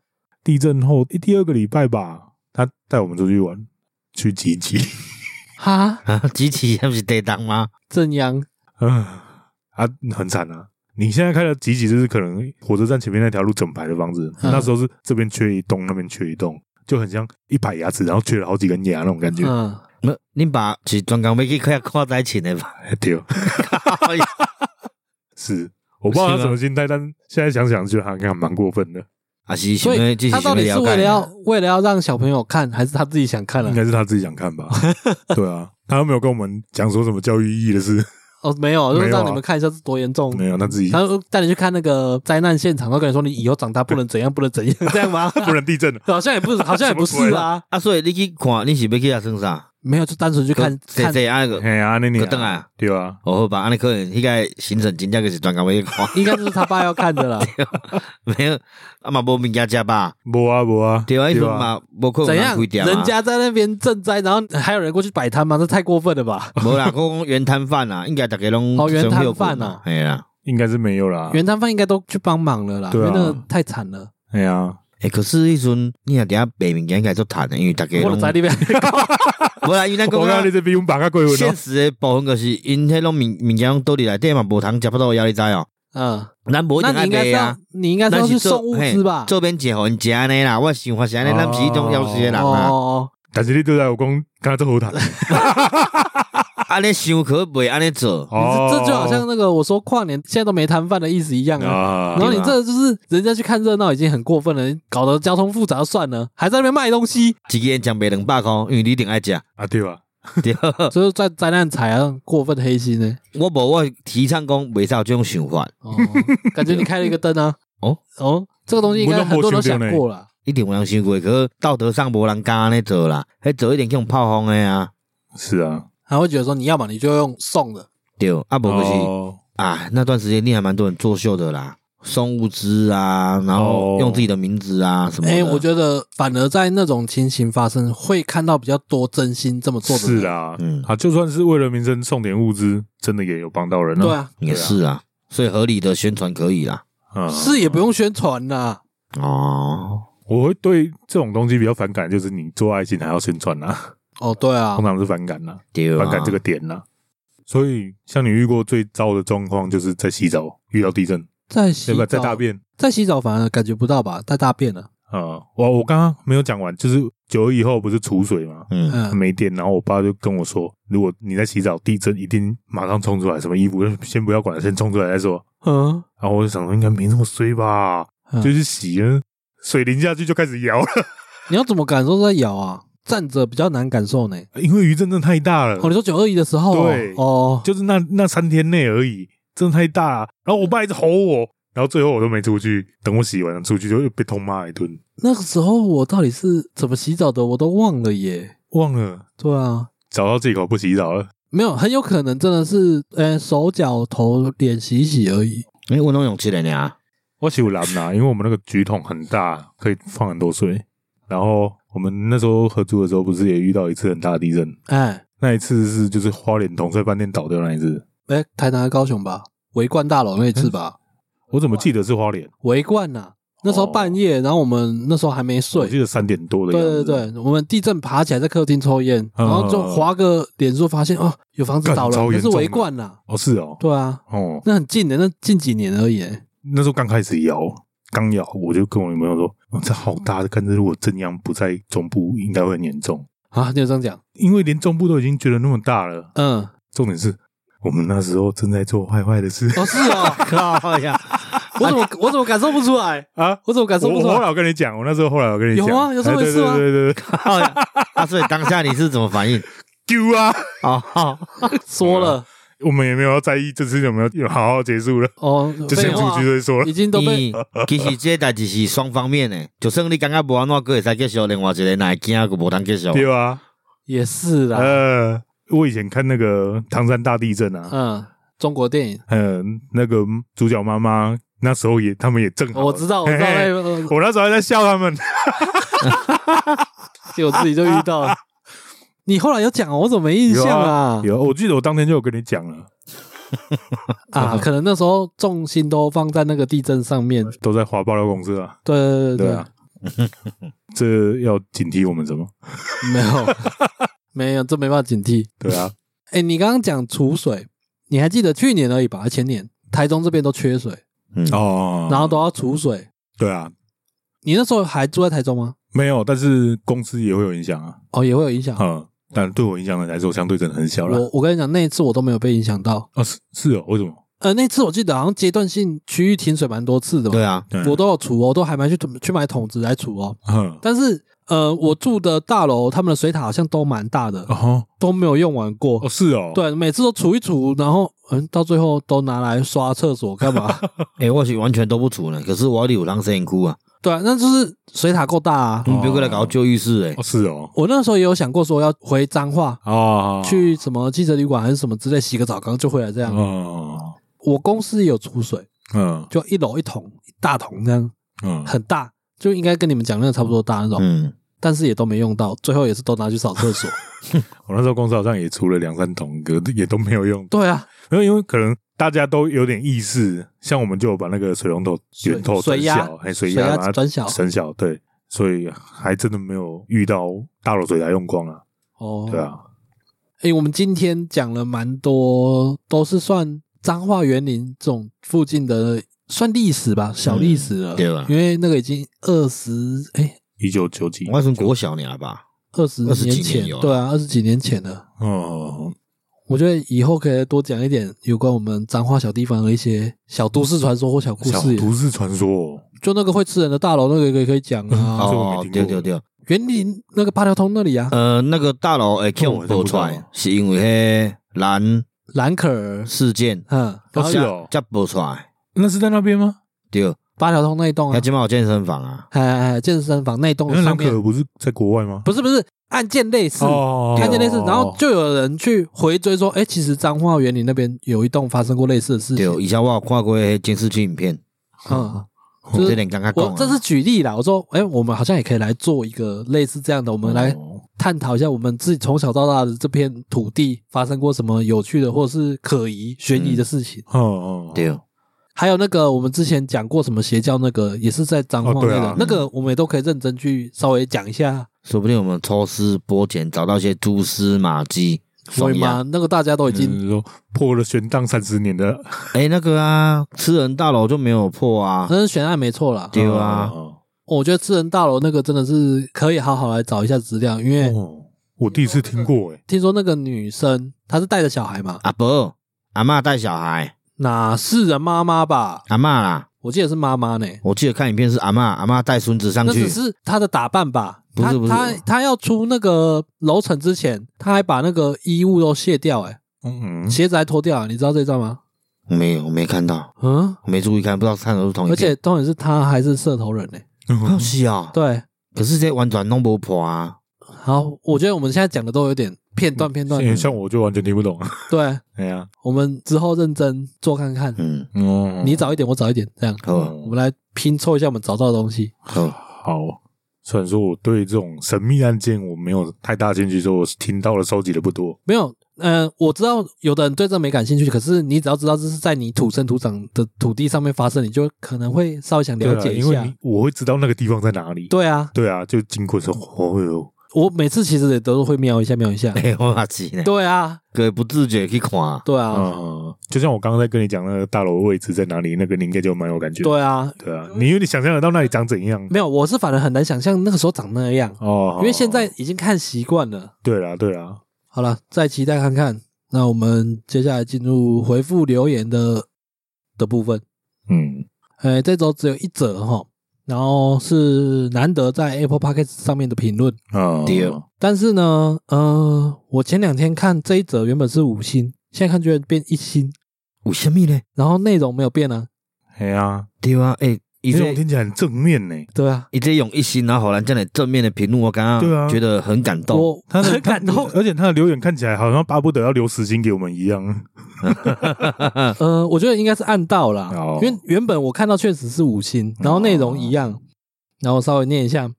B: 地震后诶第二个礼拜吧，他带我们出去玩，去集集。
A: 哈，
C: 啊，机器还不是地动吗？
A: 正阳
B: 啊啊，很惨啊！你现在看到集集，就是可能火车站前面那条路整排的房子，
A: 嗯
B: 那时候是这边缺一栋，那边缺一栋，就很像一排牙齿，然后缺了好几根牙那种感觉。
A: 嗯，
C: 没，恁爸是专工要去看看灾情的吧？
B: 哎对， 是我不知道
A: 啊
B: 他什么心态，但现在想想就还还蛮过分的，
C: 啊是想
A: 所
C: 要
A: 以
C: 这
A: 他
C: 是
A: 到
C: 想
A: 底是
C: 了
A: 为了
C: 解
A: 要
C: 的？
A: 为了要让小朋友看，还是他自己想看了啊
B: 应？该是他自己想看吧？对啊，他又没有跟我们讲说什么教育意义的事，
A: 哦，没有，就是
B: 没有啊
A: 让你们看一下是多严重。
B: 没有，他自己
A: 他带你去看那个灾难现场，他跟你说你以后长大不能怎样，不能怎 样，这样吗？
B: 不能地震了，
A: 好像也 不是，好像也不是啊，
C: 啊，所以你去看，你是要去遐算啥？
A: 没
B: 啊
A: 有，就单纯去看
C: 坐
A: 看，
C: 坐啊那个，
B: 哎呀，那你
C: 就回来啊
B: 对啊，
C: 哦好吧，安尼可能迄个行程真正就是专工要去看，
A: 应该就是他爸要看的 啦。
C: 没有啊嘛无物件食吧？
B: 无啊无啊，
C: 对啊，迄阵
B: 啊
C: 嘛无可能
A: 怎
C: 有人
A: 样？
C: 开店啊
A: 人家在那边赈灾，然后还有人过去摆摊吗？这太过分了吧！
C: 无啦，我讲原摊贩啊，应该大家拢
A: 哦原摊贩啊
C: 哎呀，
B: 应该是没有啦，
A: 原摊贩应该都去帮忙了啦，因
B: 啊对啊
A: 为那个太惨了。
B: 哎呀，
C: 哎，可是迄阵你若顶下卖物件应该做趁的，因为大家
A: 我
C: 拢
A: 的在那边，
C: 无啦，因为咱
B: 我
C: 讲
B: 看
C: 啊
B: 你这比我们把他鬼魂哦
C: 现实的部分就是因迄拢物物件拢倒伫内底嘛，无通食不到压力知哦。
A: 嗯，
C: 咱无一
A: 那
C: 定
A: 你应该
C: 爱
A: 是
C: 卖
A: 要
C: 啊，
A: 你应该是
C: 咱
A: 要去
C: 做
A: 送物资吧
C: 嘿？做边食互因食安尼啦，我想法是安尼，
B: 哦
C: 咱毋是迄种夭寿的人
A: 哦
C: 啊。
A: 哦，
B: 但是你对待我讲，刚才做 好谈，
C: 安尼想可袂安尼
A: 哦
C: 做，
B: 哦
A: 你这这就好像那个我说跨年现在都没摊贩的意思一样
C: 哦
A: 啊。然
B: 啊
A: 后你这就是人家去看热闹已经很过分了，搞得交通复杂算了，还在那边卖东西，
C: 一个人食卖两百箍，因为你一定爱食。
B: 啊对吧？
C: 对，
A: 所以在灾难财啊过分黑心呢。
C: 我无我提倡讲袂使有即种想法，
A: 哦，感觉你开了一个灯啊。
C: 哦
A: 哦，这个东西应该很多人都想过了。
C: 一定有人想过，可是道德上无人敢安尼做啦，迄做一定叫人炮轰的啊。
B: 是啊，
A: 还会觉得说，你要么你就用送的，
C: 对，啊无就是。
B: 哦
C: 啊，那段时间你还蛮多人作秀的啦，送物资啊，然
B: 哦
C: 后用自己的名字啊什么的。
A: 哎、我觉得反而在那种情形发生，会看到比较多真心这么做的人。
B: 是啊，
C: 嗯
B: 啊，就算是为了民生送点物资，真的也有帮到人
A: 对啊，
C: 也是啊，所以合理的宣传可以啦。
B: 啊，
A: 是也不用宣传啦。
C: 哦，
B: 我会对这种东西比较反感，就是你做爱情还要宣传呐，
A: 哦，对啊
B: 通，常是反感呐，
C: 对啊，
B: 反感这个点呐。所以，像你遇过最糟的状况，就是在洗澡遇到地震，
A: 在洗
B: 对
A: 澡
B: 吧？在大，便
A: 在洗澡反而感觉不到吧？在大便了，
B: 啊，我我刚刚没有讲完，就是九二以后不是储水吗？
C: 嗯，
A: 嗯，
B: 没电，然后我爸就跟我说，如果你在洗澡，地震一定马上冲出来，什么衣服先不要管，先冲出来再说。
A: 嗯，
B: 然后我就想说，应该没那么衰吧，
A: 嗯
B: 就是洗了，水淋下去就开 始摇了，
A: 你要怎么感受在摇啊？站着比较难感受呢。
B: 因为余震真的太大了
A: 哦，，你说九二一的时候哦，
B: 呃对
A: 哦，
B: 就是那那三天内而已，真的太大了。然后我爸一直吼我，然后最后我都没出去，等我洗完了出去就又被痛骂一顿，
A: 那个时候我到底是怎么洗澡的，我都忘了耶。
B: 忘了
A: 对啊，
B: 找到借口不洗澡了。
A: 没有，很有可能真的是，呃、手脚头脸洗洗而已。
C: 哎，我拢用这 个呢，
B: 我洗我蓝啦，因为我们那个菊桶很大，可以放很多水。然后我们那时候合租的时候，不是也遇到一次很大的地震？
A: 哎，
B: 那一次是就是花莲同翠饭店倒掉那一次，
A: 哎、台南、高雄吧，围观大楼那一次
B: 嗯
A: 吧，
B: 我怎么记得是花莲？
A: 围观呐、那时候半
B: 哦
A: 夜，然后我们那时候还没
B: 我记
A: 睡。
B: 得三点多的
A: 对
B: 样子
A: 对，对，我们地震爬起来在客厅抽烟，
B: 嗯
A: 然后就划个脸书，发现哦，有房子
B: 干
A: 倒了，
B: 超
A: 那
B: 严
A: 是
B: 重的
A: 围观呐、
B: 哦是哦，
A: 对啊，
B: 哦
A: 那很近的，那近几年而已。
B: 那时候刚开始摇，刚摇我就跟我女朋友说，哦、这好大的，但是如果震央不在中部，应该会很严重，
A: 啊，你有这样讲？
B: 因为连中部都已经觉得那么大了。
A: 嗯，
B: 重点是我们那时候正在做坏坏的事，
A: 哦是哦，
C: 靠呀，
A: 我怎么我怎么感受不出来？
B: 啊！
A: 我怎么感受
B: 我
A: 不
B: 我
A: 出
B: 后
A: 来？
B: 来我跟你讲，我那时候后来我跟你讲，
A: 有啊有这
B: 哎
A: 回
B: 对
A: 事吗
B: 对对对对，
C: 啊，所以当下你是怎么反应？
B: 丢啊！
C: 哦， 好
A: 说
B: 嗯
A: 了
B: 我们也没有要在意这次有没有有好好结束了，
A: 哦，
B: 就
A: 废
B: 先出
A: 话
B: 去再说了。
A: 已经都被
C: 你其实这代志是双方面的，就算你感觉无安怎，个会使继续，另外一个哪会惊个无通继续。
B: 对啊，
A: 也是啦，
B: 呃，我以前看那个唐山大地震啊，
A: 嗯，中国电影
B: 嗯，那个主角妈妈那时候也他们也正好，
A: 我知道，我知道那
B: 嘿嘿
A: 个，
B: 我那时候还在笑他们，
A: 结果自己就遇到 了。你后来有讲哦，我怎么没印象啊？
B: 有，我记得我当天就有跟你讲了，
A: 啊，可能那时候重心都放在那个地震上面。
B: 都在华爆料公司啊，
A: 对对对
B: 对啊，这要警惕我们什么？
A: 没有没有，这没办法警惕。
B: 对啊，
A: 哎，你刚刚讲储水，你还记得去年而已吧？还前年台中这边都缺水，
C: 嗯，
B: 哦，
A: 然后都要储水。
B: 对啊，
A: 你那时候还住在台中吗？
B: 没有，但是公司也会有影响啊，
A: 哦，也会有影响。
B: 嗯，但对我影响的来说，相对真的很小了。
A: 我我跟你讲，那一次我都没有被影响到。
B: 哦，是是哦，为什么？
A: 呃，那次我记得好像阶段性区域停水蛮多次的嘛。
C: 对啊，
B: 对
A: 我都有储哦，我都还蛮去去买桶子来储哦。
B: 嗯，
A: 但是呃，我住的大楼他们的水塔好像都蛮大的，
B: 哦
A: 都没有用完过。
B: 哦是哦，
A: 对，每次都储一储，然后嗯，到最后都拿来刷厕所干嘛？
C: 诶，我是完全都不处呢，可是我里有通身躯啊，嗯
A: 对啊，那就是水塔够大啊。
C: 你别过来搞旧浴室诶
B: 哦，是哦，
A: 我那时候也有想过说要回彰化，
B: 哦
A: 去什么汽车旅馆还是什么之类洗个澡，刚就回来这样。
B: 哦
A: 我公司也有储水，
B: 嗯
A: 就一楼一桶一大桶这样，
B: 嗯，
A: 很大，就应该跟你们讲那个差不多大那种，
C: 嗯，
A: 但是也都没用到，最后也是都拿去扫厕所。
B: 我那时候公司好像也出了两三桶歌，也都没有用，
A: 对啊，
B: 没有，因为可能大家都有点意识，像我们就有把那个水龙头
A: 水
B: 源头
A: 水
B: 转
A: 压
B: 小，还水
A: 水压
B: 压把它
A: 转小
B: 转小，对，所以还真的没有遇到大楼水闸用光啊，
A: 哦，
B: 对啊，
A: 诶，我们今天讲了蛮多，都是算彰化园林这种附近的，算历史吧，小历史了，
C: 嗯对吧
A: 因为那个已经二十诶
B: 一九九几，
C: 我从国小年吧，
A: 二十
C: 20几
A: 年
C: 年
A: 前，
C: 有了
A: 对啊，二十几年前了。
B: 哦，
A: 我觉得以后可以多讲一点有关我们彰化小地方的一些小都市传说或小故
B: 小
A: 事也，
B: 都市传说哦，
A: 就那个会吃人的大楼，那个也可以讲啊
B: 好。这我没
C: 哦，
B: 听
C: 对
B: 过
C: 对对，
A: 园林那个八条通那里啊，
C: 呃，那个大楼诶，
B: 这我还
C: 用
B: 真
C: 爆
B: 不知
C: 出
B: 道啊
C: 来是因为迄蓝
A: 兰可儿，
C: 事件，
A: 嗯，
B: 哦
A: 然后
B: 是哦
C: 才爆出来，
B: 那是在那边吗？
C: 对，
A: 八条通那一栋啊
C: 那，今晚有健身房啊，
A: 哎哎，哎健身房那一栋
B: 那
A: 上
B: 兰
A: 面
B: 嗯可，儿不是在国外吗？
A: 不是不是，案件类似，
B: 哦
A: 看见类似，然后就有人去回追说，哎、其实彰化园林那边有一栋发生过类似的事
C: 对
A: 情。，
C: 以前我有看过迄监视器影片，
A: 嗯，就
C: 这
A: 是
C: 点刚刚
A: 我
B: 啊
C: 讲，
A: 这是举例啦。我说，哎、我们好像也可以来做一个类似这样的，我们来
B: 哦
A: 探讨一下我们自己从小到大的这片土地发生过什么有趣的或者是可疑、悬疑的事情。
B: 哦，
C: 对，
A: 还有那个我们之前讲过什么邪教那个，也是在彰化
B: 哦
A: 那
B: 对
A: 个，
B: 啊
A: 那个我们也都可以认真去稍微讲一下。
C: 说不定我们抽丝剥茧，找到一些蛛丝马迹。
A: 所
C: 双
A: 以
C: 鸭，
A: 嘛，那个大家都已经、
B: 嗯说破了悬档三十年的，
C: 哎、那个啊，吃人大楼就没有破啊，
A: 那是悬案没错啦。
C: 对啊，
B: 哦
A: 我觉得智能大楼那个真的是可以好好来找一下资料，因为
B: 哦，我第一次听过哎诶，
A: 听说那个女生她是带着小孩嘛，
C: 阿伯阿嬷带小孩，
A: 哪是人妈妈吧？
C: 阿嬷啦，
A: 我记得是妈妈呢，
C: 我记得看影片是阿嬷，阿嬷带孙子上
A: 那
C: 去
A: 只，是她的打扮吧？
C: 不是
A: 她
C: 不是
A: 她她要出那个楼层之前，她还把那个衣物都卸掉、欸，
B: 嗯
A: 鞋子还脱掉，你知道这一段吗？
C: 没有，我没看到，
A: 嗯，
C: 我没注意看，不知道看的是同一
A: 而且
C: 片。
A: 重点是她还是社头人呢、
C: 哦
B: 嗯，
C: 是啊、
A: 对，
C: 可是这完全弄不破啊，
A: 好，我觉得我们现在讲的都有点片段片段，
B: 像嗯像我就完全听不懂，
A: 对，
B: 哎呀，
A: 我们之后认真做看看，
C: 嗯，
B: 哦
A: 你早一点，我早一点，这样。
C: 好，啊
A: 我们来拼凑一下我们找到的东西。
C: 好，
B: 好。虽然说我对这种神秘案件我没有太大兴趣，说我是听到了收集的不多，
A: 没有，呃，我知道有的人对这没感兴趣，可是你只要知道这是在你土生土长的土地上面发生，你就可能会稍微想了解
B: 对啊
A: 一
B: 因为
A: 下
B: 你。我会知道那个地方在哪里。
A: 对啊，
B: 对啊，就经过的时候，哦哟，
A: 我每次其实也都会瞄一下，瞄一下。
C: 哎、我垃圾呢，
A: 对啊，
C: 各位不自觉去看啊，
A: 对啊，
B: 啊，就像我刚刚在跟你讲那个大楼的位置在哪里，那个你应该就蛮有感觉。
A: 对啊，
B: 对啊，你因为你想象得到那里长怎样
A: 没有，我是反而很难想象那个时候长那样，
B: 哦，
A: 因为现在已经看习惯了。
B: 对啦对啦，
A: 好了，再期待看看。那我们接下来进入回复留言的的部分。
B: 嗯，
A: 呃，这周只有一则哈，然后是难得在 Apple Podcast 上面的评论。
B: 啊，
C: 对
A: 但是呢，呃，我前两天看这一则原本是五星，现在看居然变一星，
C: 为什么呢？
A: 然后内容没有变啊，
B: 嘿啊，
C: 对啊，诶、
B: 你
C: 伊
B: 这种
C: 这
B: 听起来很正面呢。
A: 对啊，
C: 伊这用一心，然后荷兰这样的正面的评论，我刚
B: 对啊
C: 刚觉得很感动。
A: 我
B: 他的
A: 很感动。
B: 而且他的留言看起来好像巴不得要留十金给我们一
A: 嗯
B: 样。
A: 呃，我觉得应该是按到啦，
B: 哦
A: 因为原本我看到确实是五星，然后内容一
C: 哦
A: 样，然后稍微念一下，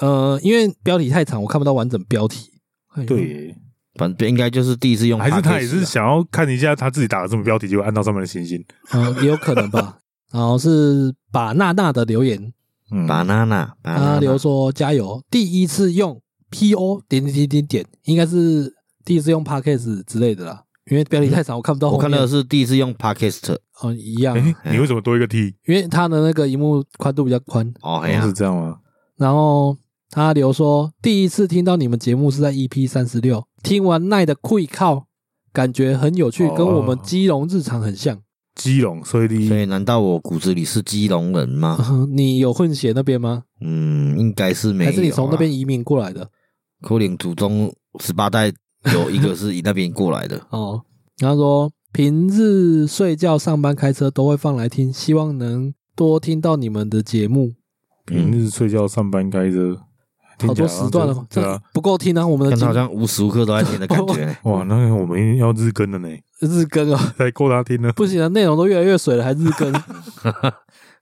A: 呃，因为标题太长，我看不到完整标题。哎，
B: 对，
C: 反正应该就是第一次用 podcast
B: 还
C: 啦，
B: 是他也是想要看一下他自己打的这么标题，就按到上面的星星。
A: 嗯、也有可能 吧。然后是把娜娜的留言，
B: 嗯，
C: banana
A: 他
C: banana
A: 留说加油，第一次用 PO 点点点点点，应该是第一次用 Podcast 之类的啦，因为标题太长，我看不到后
C: 我
A: 面。
C: 看到的是第一次用 podcast
A: 哦，一样，
B: 哎，你为什么多一个 T？
A: 因为它的那个荧幕宽度比较宽，
C: 哦，哎
B: 是
C: 呀，
B: 这样吗？
A: 然后他留说，第一次听到你们节目是在 EP 三十六，听完奈的溃靠，感觉很有趣，
B: 哦
A: 跟我们基隆日常很像。
B: 基隆，所以你
C: 所以难道我骨子里是基隆人吗？
A: 你有混血那边吗？
C: 嗯，应该是没有
A: 还
C: 啊。
A: 是你从那边移民过来的？，
C: 扣零祖宗十八代有一个是以那边过来的
A: 哦，然后说平日睡觉、上班、开车都会放来听，希望能多听到你们的节目。
B: 平
C: 嗯
B: 日睡觉、上班开车，
A: 好
B: 听起
A: 多
B: 来好像
A: 时段
B: 真
A: 了，
B: 对啊
A: 这，不够听啊！我们的
C: 但
A: 节
C: 他好
A: 目
C: 像无时无刻都在听的感觉。
B: 哇，那个我们要日更了呢，
A: 日更啊，
B: 才够他听呢。
A: 不行了，内容都越来越水了，还日更。？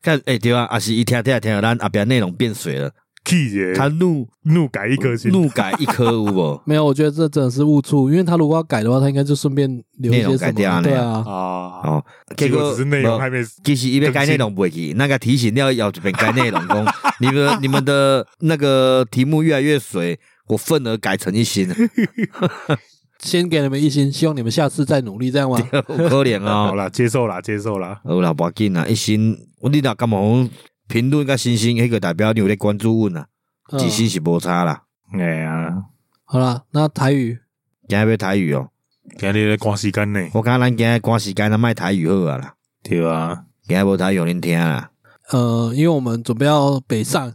C: 看，哎、对啊，阿是一听听听，咱阿边内容变水了，
B: 气耶，
C: 他怒
B: 怒改一颗星，
C: 怒改一颗有无
A: 没有，我觉得这真的是误触，因为他如果要改的话，他应该就顺便留一
C: 内容
A: 些
C: 改
A: 什
C: 掉
A: 么，
C: 啊
A: 对啊，
B: 啊，
C: 哦，
B: 结
C: 结
B: 果
C: 果
B: 只是内容还
C: 没有
B: 没
C: 其实一边改内容不会去，那个提醒要要这边改内容讲，你们你们的那个题目越来越水，我份额改成一星，
A: 先给你们一星，希望你们下次再努力，这 样吗？
C: 有可怜
B: 好
C: 哦。
B: 啦，接受啦，接受啦。
C: 好啦，无要紧啦，啊一星，我你若干嘛评论甲星星，迄个代表你有咧关注阮啊，
A: 嗯
C: 一星是无差啦。
B: 哎呀，
A: 好啦，那台语
C: 今日要台语哦，
B: 今日咧赶时间呢，
C: 我感觉咱今日赶时间，咱卖台语好啊啦，
B: 对啊，
C: 今日无台语有恁听啊啦，
A: 呃，因为我们准备要北上，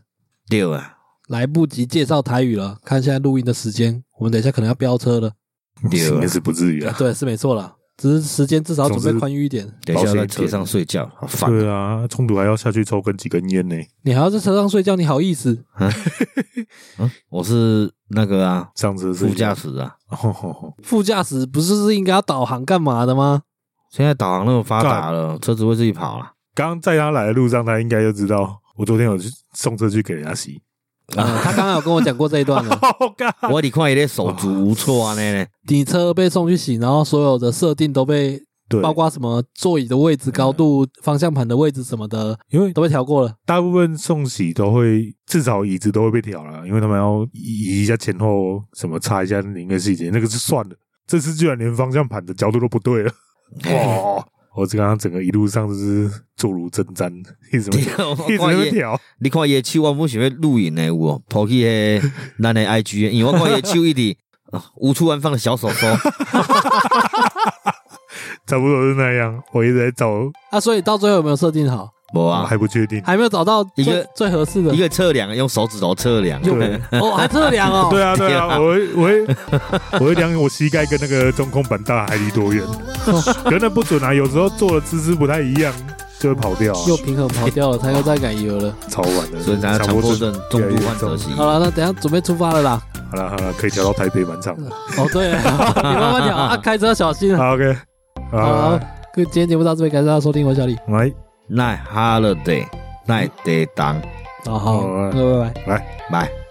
C: 对啊，
A: 来不及介绍台语了。看现在录音的时间，我们等一下可能要飙车了。
C: 对啊
B: 应该 是不至于啊。
A: 对，是没错啦，只是时间至少准备宽裕一点。
C: 等一下在车上睡觉，好烦啊。
B: 对啊，冲突还要下去抽根几根烟呢，
A: 你还要在车上睡觉，你好意思？
C: 嗯，我是那个啊，
B: 上车睡
C: 副
B: 觉
C: 驾。驶啊，
B: 哦，
A: 副驾驶不是是应该要导航干嘛的 吗？
C: 现在导航那么发达
B: 啊
C: 了，车子会自己跑啊了。
B: 刚刚在他来的路上，他应该就知道我昨天有去送车去给人家洗。
A: 呃，他刚刚有跟我讲过这一段 了。
B: 好干，
C: 我你看伊咧手足无措 啊呢，
A: 你车被送去洗，然后所有的设定都被
B: 对，
A: 包括什么座椅的位置、高度、方向盘的位置什么的
B: 因为
A: 都被调过了。
B: 大部分送洗都会，至少椅子都会被调了，因为他们要移一下前后，什么擦一下零个细节，那个就算了。这次居然连方向盘的角度都不对 了，
C: 嘿
B: 哇！我这刚刚整个一路上就是坐如针毡，一直没
C: 对 啊我
B: 一直
C: 看
B: 没
C: 伊，
B: 调，
C: 你看伊的手，我不想要录影的有哦，跑去迄 咱的 IG，的因为我看伊的手一直 啊无处安放的小手 手，
B: 差不多是那样。我一直在找，
A: 啊，所以到最后有没有设定好？
C: 无
B: 我
C: 啊，
B: 哦还不确 定。
A: 还没有找到
C: 一
A: 最
C: 个
A: 最合适的
C: 一。个测量用手指头测量，
B: 对
A: 哦，还测量哦。
B: 对啊，对啊，我会我会我会量我膝盖跟那个中空板大还离多 远，可能不准啊。有时候坐的姿势不太一样，就会跑掉啊，
A: 又平衡跑掉了，他又在赶油了。
B: 超晚的，
C: 所以咱强迫症重度患者是，
A: 好了，那等一下准备出发了啦。
B: 好了好了，可以调到台北满场 了。
A: 哦，对了，你慢慢讲啊，开车小心啊。
B: 好，OK，
A: 好
B: 好，，啊
A: 今天节目到这边，感谢大家收听，我是小李。
B: 来，
C: 那 holiday 那得当，
A: 哦好好
B: 好，啊
A: 各位拜拜。
C: 拜。